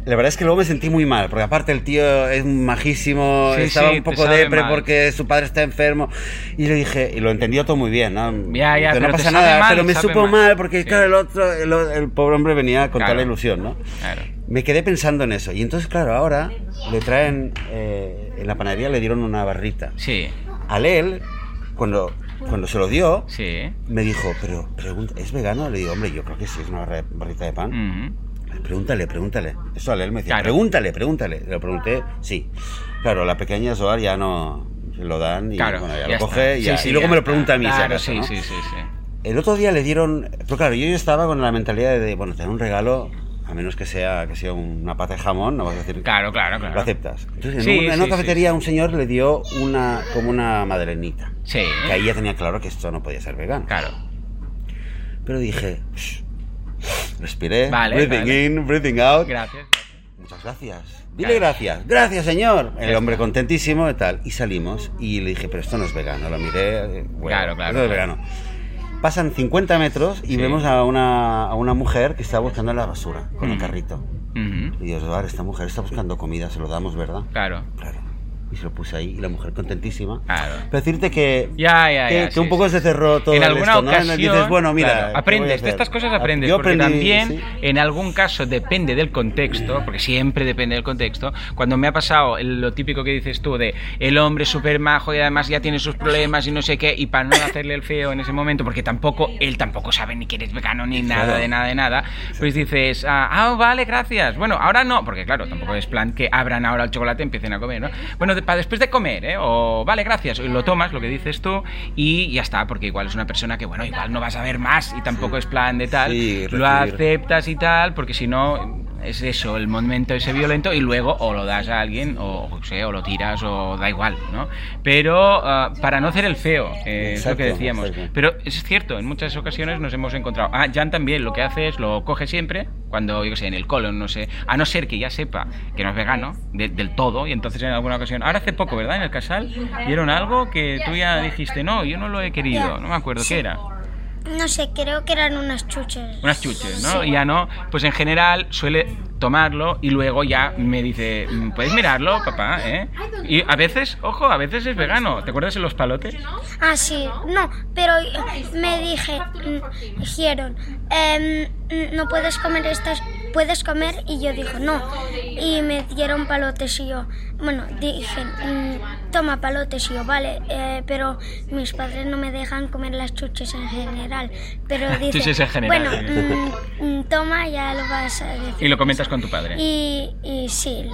Speaker 2: la verdad es que luego me sentí muy mal, porque aparte el tío es majísimo,
Speaker 1: Sí,
Speaker 2: estaba
Speaker 1: sí,
Speaker 2: un
Speaker 1: te
Speaker 2: poco
Speaker 1: sabe
Speaker 2: depre
Speaker 1: mal.
Speaker 2: porque su padre está enfermo. Y le dije, y lo entendió todo muy bien, ¿no?
Speaker 1: Ya, ya,
Speaker 2: Que
Speaker 1: pero
Speaker 2: no
Speaker 1: te
Speaker 2: pasa
Speaker 1: sabe
Speaker 2: nada,
Speaker 1: mal,
Speaker 2: pero me
Speaker 1: sabe
Speaker 2: supo
Speaker 1: mal.
Speaker 2: mal, porque
Speaker 1: Sí.
Speaker 2: claro, el otro, el, o- el pobre hombre venía con
Speaker 1: Claro.
Speaker 2: toda la ilusión, ¿no?
Speaker 1: Claro.
Speaker 2: Me quedé pensando en eso. Y entonces, claro, ahora le traen, eh, en la panadería le dieron una barrita.
Speaker 1: Sí,
Speaker 2: Al él, cuando, cuando se lo dio,
Speaker 1: sí.
Speaker 2: me dijo, pero pregunta, ¿es vegano? Le digo, hombre, yo creo que sí, es una barra- barrita de pan.
Speaker 1: Mm.
Speaker 2: Pregúntale, pregúntale. Eso a él me decía,
Speaker 1: Claro.
Speaker 2: pregúntale, pregúntale. Le pregunté, sí. Claro, la pequeña Zoar ya no se lo dan y
Speaker 1: Claro.
Speaker 2: bueno, ya,
Speaker 1: ya
Speaker 2: lo
Speaker 1: está.
Speaker 2: coge y,
Speaker 1: Sí,
Speaker 2: ya-
Speaker 1: sí,
Speaker 2: y luego
Speaker 1: ya
Speaker 2: me lo
Speaker 1: está.
Speaker 2: pregunta a mí. si
Speaker 1: Claro,
Speaker 2: acaso,
Speaker 1: sí,
Speaker 2: ¿no?
Speaker 1: sí, sí, sí.
Speaker 2: El otro día le dieron, pero claro, yo ya estaba con la mentalidad de, bueno, tener un regalo, a menos que sea que sea una pata de jamón, no vas a decir
Speaker 1: Claro, claro,
Speaker 2: lo
Speaker 1: claro.
Speaker 2: aceptas. Entonces, en,
Speaker 1: Sí,
Speaker 2: una, en
Speaker 1: sí,
Speaker 2: una
Speaker 1: sí,
Speaker 2: cafetería un señor le dio una como una madrenita.
Speaker 1: Sí,
Speaker 2: Que ahí ya tenía claro que esto no podía ser vegano.
Speaker 1: claro.
Speaker 2: Pero dije, "Shh". respiré,
Speaker 1: Vale,
Speaker 2: breathing
Speaker 1: vale.
Speaker 2: in, breathing out.
Speaker 1: Gracias.
Speaker 2: Muchas gracias. Dile gracias. Gracias, señor. El hombre contentísimo y tal. Y salimos y le dije, pero esto no es vegano. Lo miré. eh, bueno,
Speaker 1: Claro, claro,
Speaker 2: Esto no es
Speaker 1: claro.
Speaker 2: vegano. Pasan 50 metros y
Speaker 1: Sí.
Speaker 2: vemos a una, a una mujer que está buscando la basura con el
Speaker 1: Mm.
Speaker 2: carrito.
Speaker 1: Ujú,
Speaker 2: Y digo, "Eduard, esta mujer está buscando comida, se lo damos, ¿verdad?
Speaker 1: Claro,
Speaker 2: Claro. Y se lo puse ahí y la mujer contentísima.
Speaker 1: claro.
Speaker 2: Pero decirte que
Speaker 1: Ah. Ya, ya,
Speaker 2: que,
Speaker 1: ya.
Speaker 2: que
Speaker 1: sí,
Speaker 2: un poco
Speaker 1: sí,
Speaker 2: se cerró todo
Speaker 1: en
Speaker 2: el
Speaker 1: alguna
Speaker 2: esto, ¿no?
Speaker 1: ocasión
Speaker 2: Dices, bueno, mira,
Speaker 1: claro,
Speaker 2: ¿qué voy a
Speaker 1: aprendes de
Speaker 2: hacer? Ah,
Speaker 1: estas cosas aprendes
Speaker 2: Yo
Speaker 1: porque
Speaker 2: aprendí,
Speaker 1: también
Speaker 2: sí.
Speaker 1: en algún caso depende del contexto porque siempre depende del contexto cuando me ha pasado el- lo típico que dices tú de el hombre súper majo y además ya tiene sus problemas y no sé qué y para no hacerle el feo en ese momento porque tampoco él tampoco sabe ni que eres vegano ni nada
Speaker 2: Claro.
Speaker 1: de nada de nada pues dices ah, ah, vale gracias bueno ahora no porque claro tampoco es plan que abran ahora el chocolate y empiecen a comer ¿no? bueno de- para después de comer ¿eh? o vale gracias y lo tomas lo que dices tú y ya está porque igual es una persona que bueno igual no vas a ver más y tampoco es plan de tal
Speaker 2: Sí,
Speaker 1: lo
Speaker 2: recibir.
Speaker 1: aceptas y tal porque si no es eso el momento ese violento y luego o lo das a alguien o o sea, o lo tiras o da igual no pero ah, para no hacer el feo eh, es lo que
Speaker 2: Exacto,
Speaker 1: decíamos
Speaker 2: exacto.
Speaker 1: pero es cierto, en muchas ocasiones nos hemos encontrado. Ah, Jan también lo que hace es lo coge siempre, cuando, yo que sé, en el colon, no sé. A no ser que ya sepa que no es vegano de- del todo, y entonces en alguna ocasión. Ahora hace poco, ¿verdad? En el casal, dieron algo que tú ya dijiste, no, yo no lo he querido, no me acuerdo qué era.
Speaker 4: No sé, creo que eran unas chuches.
Speaker 1: Unas chuches, ¿no? Y ya no, pues en general suele tomarlo y luego ya me dice, "Mm, ¿podéis mirarlo, papá? ¿Eh? Y a veces, ojo, a veces es vegano. ¿Te acuerdas de los palotes?
Speaker 4: Ah, sí, no, pero
Speaker 1: Ah,
Speaker 4: me dije, mm, dijeron, em, mm, no puedes comer estas, puedes comer, y yo dije, no. Y me dieron palotes y yo, bueno, dije, mm, toma palotes y yo, vale, eh, pero mis padres no me dejan comer las chuches en general.
Speaker 1: [LAUGHS]
Speaker 4: Pero
Speaker 1: Las
Speaker 4: dice,
Speaker 1: chuches en general,
Speaker 4: Bueno, mm, mm, toma, ya lo vas a decir.
Speaker 1: Y lo comentas con tu padre.
Speaker 4: Y, y sí, le-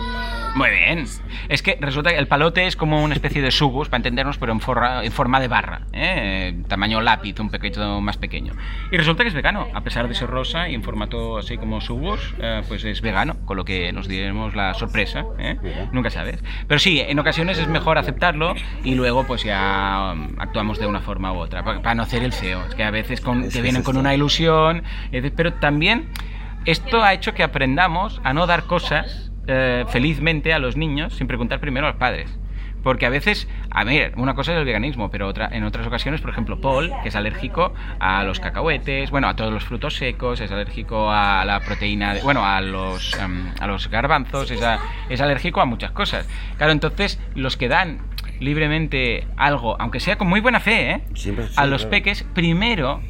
Speaker 1: Muy bien. Es que resulta que el palote es como una especie de sugus, para entendernos, pero en, forra- en forma de barra, ¿eh? tamaño lápiz, un pequeño más pequeño. Y resulta que es vegano, a pesar de ser rosa y en formato así como sugus, eh, pues es vegano, con lo que nos diremos la sorpresa, ¿eh? nunca sabes. Pero sí, en ocasiones es mejor aceptarlo y luego pues ya um, actuamos de una forma u otra, pa- para no hacer el feo. Es que a veces con-
Speaker 2: Es
Speaker 1: te
Speaker 2: que
Speaker 1: vienen
Speaker 2: es
Speaker 1: con
Speaker 2: esto.
Speaker 1: una ilusión, eh, pero también esto ha hecho que aprendamos a no dar cosas eh, felizmente a los niños sin preguntar primero a los padres. Porque a veces, a ver, una cosa es el veganismo, pero otra, en otras ocasiones, por ejemplo, Paul, que es alérgico a los cacahuetes, bueno, a todos los frutos secos, es alérgico a la proteína, de- bueno, a los, em, a los garbanzos, es, a- es alérgico a muchas cosas. Claro, entonces, los que dan libremente algo, aunque sea con muy buena fe, ¿eh?
Speaker 2: Siempre-
Speaker 1: a
Speaker 2: sí,
Speaker 1: los
Speaker 2: claro.
Speaker 1: peques, primero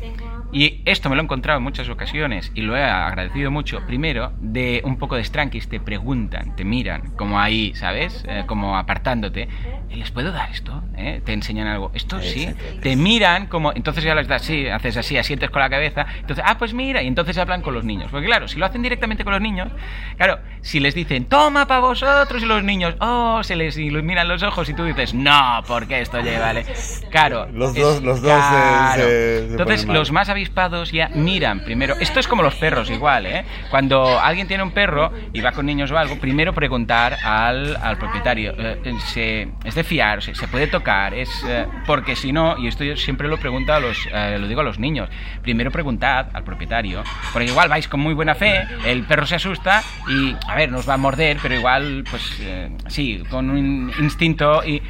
Speaker 1: y esto me lo he encontrado en muchas ocasiones y lo he agradecido mucho. Primero, de un poco de stranquis, te preguntan, te miran, como ahí, ¿sabes? Eh, como apartándote. "Eh, ¿Les puedo dar esto? ¿Eh? Te enseñan algo. Esto sí.
Speaker 2: Exacto.
Speaker 1: Te miran como... Entonces ya les das, sí, haces así, asientes con la cabeza. Entonces, ah, pues mira. Y entonces hablan con los niños. Porque claro, si lo hacen directamente con los niños, claro, si les dicen, toma para vosotros y los niños, oh, se les iluminan los ojos y tú dices, no, porque esto lleva... le-". Claro.
Speaker 5: Los
Speaker 1: es-
Speaker 5: dos- los dos se- se- se
Speaker 1: entonces,
Speaker 5: ponen mal.
Speaker 1: los más avispados ya miran primero. Esto es como los perros igual, ¿eh? Cuando alguien tiene un perro y va con niños o algo, primero preguntar al, al propietario. eh, eh, se- es de fiar, se, se puede tocar, es eh, porque si no, y esto yo siempre lo pregunto a los, eh, lo digo a los niños, primero preguntad al propietario, porque igual vais con muy buena fe, el perro se asusta y, a ver, nos va a morder, pero igual, pues eh, sí, con un instinto y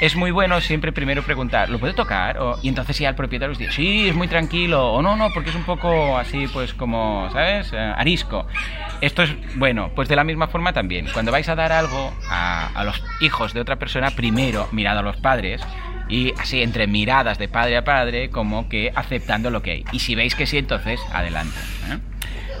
Speaker 1: es muy bueno siempre primero preguntar, ¿lo puedo tocar? O- y entonces ya el propietario os dice, sí, es muy tranquilo, o no, no, porque es un poco así, pues como, ¿sabes? Eh, arisco. Esto es bueno, pues de la misma forma también, cuando vais a dar algo a, a los hijos de otra persona, primero mirad a los padres. Y así, entre miradas de padre a padre, como que aceptando lo que hay. Y si veis que sí, entonces adelante. ¿eh?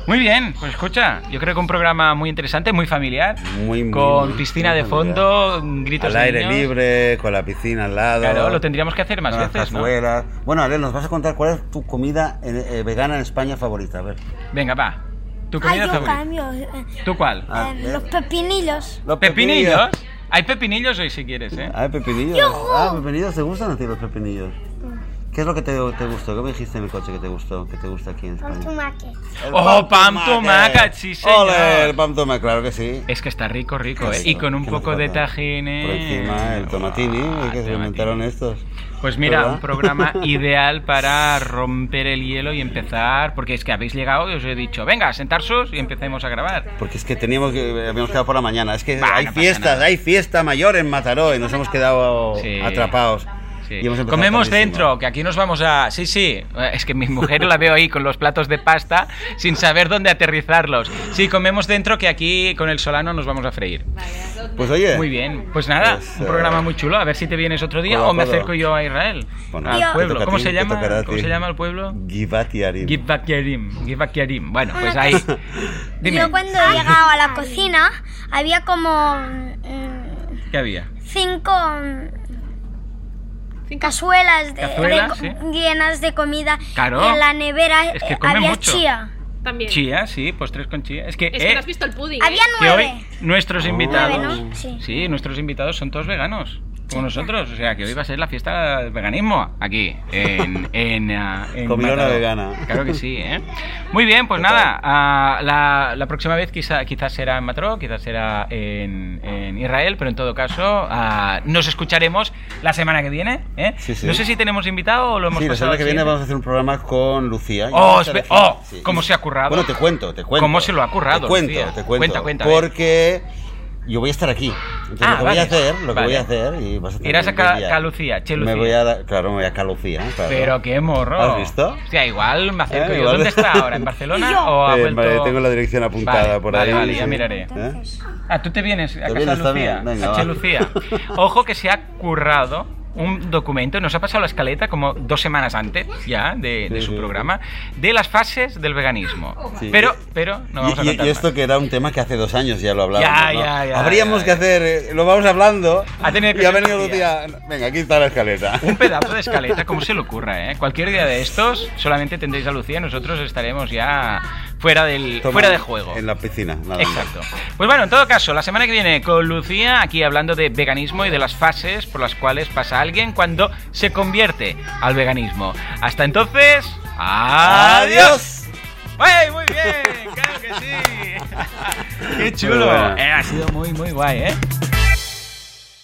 Speaker 1: Muy bien, pues escucha, yo creo que un programa muy interesante, muy familiar.
Speaker 2: Muy, muy,
Speaker 1: con
Speaker 2: muy,
Speaker 1: piscina
Speaker 2: muy
Speaker 1: de fondo, gritos
Speaker 2: Al
Speaker 1: de
Speaker 2: aire
Speaker 1: niños.
Speaker 2: libre, con la piscina al lado.
Speaker 1: Claro, lo tendríamos que hacer más
Speaker 2: Naranjas
Speaker 1: veces, ¿no?
Speaker 2: fuera. Bueno, Ale, nos vas a contar cuál es tu comida eh, eh, vegana en España favorita. A ver.
Speaker 1: Venga, va. ¿Tu
Speaker 4: Ay,
Speaker 1: comida
Speaker 4: yo
Speaker 1: favorita?
Speaker 4: cambio. eh,
Speaker 1: ¿Tú cuál?
Speaker 2: Ah,
Speaker 4: eh,
Speaker 2: eh,
Speaker 4: los pepinillos.
Speaker 2: los
Speaker 1: ¿Pepinillos? Hay pepinillos hoy si quieres, ¿eh?
Speaker 2: Ah, pepinillos. Ah, pepinillos. ¿Te gustan a ti los pepinillos? ¿Qué es lo que te, te gustó? ¿Qué me dijiste en el coche que te gustó? Que te gusta aquí en
Speaker 4: Con
Speaker 2: España?
Speaker 4: tomate.
Speaker 2: El
Speaker 1: ¡Oh,
Speaker 2: pan
Speaker 1: pan
Speaker 2: tomate.
Speaker 1: tomaca! ¡Sí, señor!
Speaker 2: ¡Ole, el pan tomaca! Claro que sí.
Speaker 1: Es que está rico, rico, ¿eh?
Speaker 2: Eso,
Speaker 1: Y con un
Speaker 2: ¿qué nos
Speaker 1: poco de
Speaker 2: falta?
Speaker 1: tajín, ¿eh?
Speaker 2: Por encima, el tomatini,
Speaker 1: Ah,
Speaker 2: que se
Speaker 1: tomatini.
Speaker 2: inventaron estos.
Speaker 1: Pues mira,
Speaker 2: ¿Verdad?
Speaker 1: un
Speaker 2: [LAUGHS]
Speaker 1: programa ideal para romper el hielo y empezar, porque es que habéis llegado y os he dicho, venga, sentarsos y empecemos a grabar.
Speaker 2: Porque es que teníamos que, habíamos quedado por la mañana. Es que
Speaker 1: Bah,
Speaker 2: hay
Speaker 1: no pasa
Speaker 2: fiestas,
Speaker 1: nada.
Speaker 2: hay fiesta mayor en Mataró y nos hemos quedado
Speaker 1: Sí.
Speaker 2: atrapados.
Speaker 1: Sí.
Speaker 2: Y hemos empezado
Speaker 1: Comemos
Speaker 2: tardísimo.
Speaker 1: dentro, que aquí nos vamos a... Sí, sí, eh, es que mi mujer la veo ahí con los platos de pasta sin saber dónde aterrizarlos. Sí, comemos dentro, que aquí con el solano nos vamos a freír.
Speaker 2: Pues oye.
Speaker 1: Muy bien, pues nada,
Speaker 2: Pues,
Speaker 1: un
Speaker 2: eh,
Speaker 1: programa muy chulo, a ver si te vienes otro día
Speaker 2: codo a
Speaker 1: o me
Speaker 2: codo.
Speaker 1: acerco yo a Israel,
Speaker 2: Bueno,
Speaker 1: al
Speaker 2: te
Speaker 1: pueblo.
Speaker 2: toca a
Speaker 1: ¿Cómo
Speaker 2: ti,
Speaker 1: se
Speaker 2: te
Speaker 1: llama?
Speaker 2: tocará a
Speaker 1: ¿Cómo
Speaker 2: ti.
Speaker 1: se llama el pueblo?
Speaker 2: Givati Arim.
Speaker 1: Give back Yarim, give back Yarim. Bueno, pues
Speaker 4: Una
Speaker 1: ahí.
Speaker 4: cosa.
Speaker 1: Dime,
Speaker 4: Yo cuando he llegado a la cocina había como mm,
Speaker 1: ¿qué había?
Speaker 4: cinco mm, cazuelas, de,
Speaker 1: Cazuelas,
Speaker 4: de-
Speaker 1: sí.
Speaker 4: llenas de comida.
Speaker 1: Claro.
Speaker 4: Y en la nevera
Speaker 1: Es que
Speaker 4: eh,
Speaker 1: come
Speaker 4: había
Speaker 1: mucho.
Speaker 4: chía.
Speaker 3: También.
Speaker 1: Chía, sí, postres con chía. Es que,
Speaker 3: Es que
Speaker 1: eh,
Speaker 3: no has visto el pudding.
Speaker 4: Había
Speaker 3: ¿eh?
Speaker 1: que
Speaker 4: nueve.
Speaker 1: hoy nuestros invitados...
Speaker 4: Nueve, ¿no? Sí.
Speaker 1: Sí, nuestros invitados son todos veganos, como nosotros. O sea, que hoy va a ser la fiesta del veganismo aquí,
Speaker 4: [LAUGHS]
Speaker 1: en... en, ah, en
Speaker 2: Comilona
Speaker 1: Mataró.
Speaker 2: vegana.
Speaker 1: Claro que sí,
Speaker 2: [LAUGHS]
Speaker 1: ¿eh? Muy bien, pues
Speaker 2: Total.
Speaker 1: nada, ah, la, la próxima vez quizá, quizás será en Matró, quizás será en, en Israel, pero en todo caso ah, nos escucharemos la semana que viene, ¿eh?
Speaker 2: Sí, sí.
Speaker 1: No sé si tenemos invitado o lo hemos
Speaker 2: Sí, la
Speaker 1: pasado ¿eh?
Speaker 2: semana que
Speaker 1: al
Speaker 2: viene
Speaker 1: siguiente.
Speaker 2: vamos a hacer un programa con Lucía.
Speaker 1: Oh,
Speaker 2: Yo no sé
Speaker 1: espe-
Speaker 2: la
Speaker 1: oh,
Speaker 2: fecha.
Speaker 1: cómo se ha currado.
Speaker 2: Bueno, te cuento, te cuento.
Speaker 1: Cómo se lo ha currado,
Speaker 2: Te cuento,
Speaker 1: Lucía.
Speaker 2: te cuento.
Speaker 1: Cuenta, cuenta,
Speaker 2: Porque yo voy a estar aquí. Entonces,
Speaker 1: Ah,
Speaker 2: lo que
Speaker 1: vale.
Speaker 2: voy a hacer, lo que
Speaker 1: Vale.
Speaker 2: voy a hacer, y vas a tener
Speaker 1: Irás a
Speaker 2: que
Speaker 1: Ca-
Speaker 2: enviar.
Speaker 1: Calucía, Che Lucía.
Speaker 2: Me voy a, dar- claro, me voy a Calucía, claro.
Speaker 1: Pero qué morro.
Speaker 2: ¿Has visto?
Speaker 1: O sea, igual me acerco
Speaker 2: Eh,
Speaker 1: yo.
Speaker 2: igual.
Speaker 1: ¿Dónde está ahora?
Speaker 2: [LAUGHS]
Speaker 1: ¿En [LAUGHS] Barcelona?
Speaker 4: Y yo.
Speaker 1: ¿O ha
Speaker 2: Eh,
Speaker 1: vuelto?
Speaker 2: vale, tengo la dirección apuntada
Speaker 1: Vale,
Speaker 2: por
Speaker 1: vale,
Speaker 2: ahí.
Speaker 1: vale, ya miraré.
Speaker 2: ¿Eh?
Speaker 4: Entonces,
Speaker 1: Ah, tú te vienes a
Speaker 2: Te
Speaker 1: Casa
Speaker 2: vienes
Speaker 1: Lucía.
Speaker 2: también, venga,
Speaker 1: a
Speaker 2: va.
Speaker 1: Che Lucía. Ojo que se ha currado un documento, nos ha pasado la escaleta como dos semanas antes ya de, de
Speaker 2: Sí,
Speaker 1: su
Speaker 2: sí.
Speaker 1: programa, de las fases del veganismo.
Speaker 2: Sí.
Speaker 1: Pero, pero, no vamos a
Speaker 2: Y- y,
Speaker 1: contar
Speaker 2: y esto
Speaker 1: más.
Speaker 2: que era un tema que hace dos años ya lo hablábamos.
Speaker 1: Ya,
Speaker 2: ¿no?
Speaker 1: ya, ya,
Speaker 2: Habríamos
Speaker 1: ya,
Speaker 2: que hacer, eh, lo vamos hablando.
Speaker 1: Ha tenido que
Speaker 2: y ha
Speaker 1: ser
Speaker 2: venido
Speaker 1: un día.
Speaker 2: Lucía. Venga, aquí está la escaleta.
Speaker 1: Un pedazo de escaleta, como se le ocurra, ¿eh? Cualquier día de estos, solamente tendréis a Lucía, nosotros estaremos ya fuera, del,
Speaker 2: Toma,
Speaker 1: fuera de juego.
Speaker 2: En la piscina, nada más.
Speaker 1: Exacto. Pues bueno, en todo caso, la semana que viene con Lucía, aquí hablando de veganismo y de las fases por las cuales pasa alguien cuando se convierte al veganismo. Hasta entonces, adiós.
Speaker 2: ¡Adiós!
Speaker 1: ¡Ey, muy bien! ¡Claro que sí! [LAUGHS] ¡Qué
Speaker 2: Muy
Speaker 1: chulo!
Speaker 2: buena.
Speaker 1: Eh, ha sido muy, muy guay, ¿eh?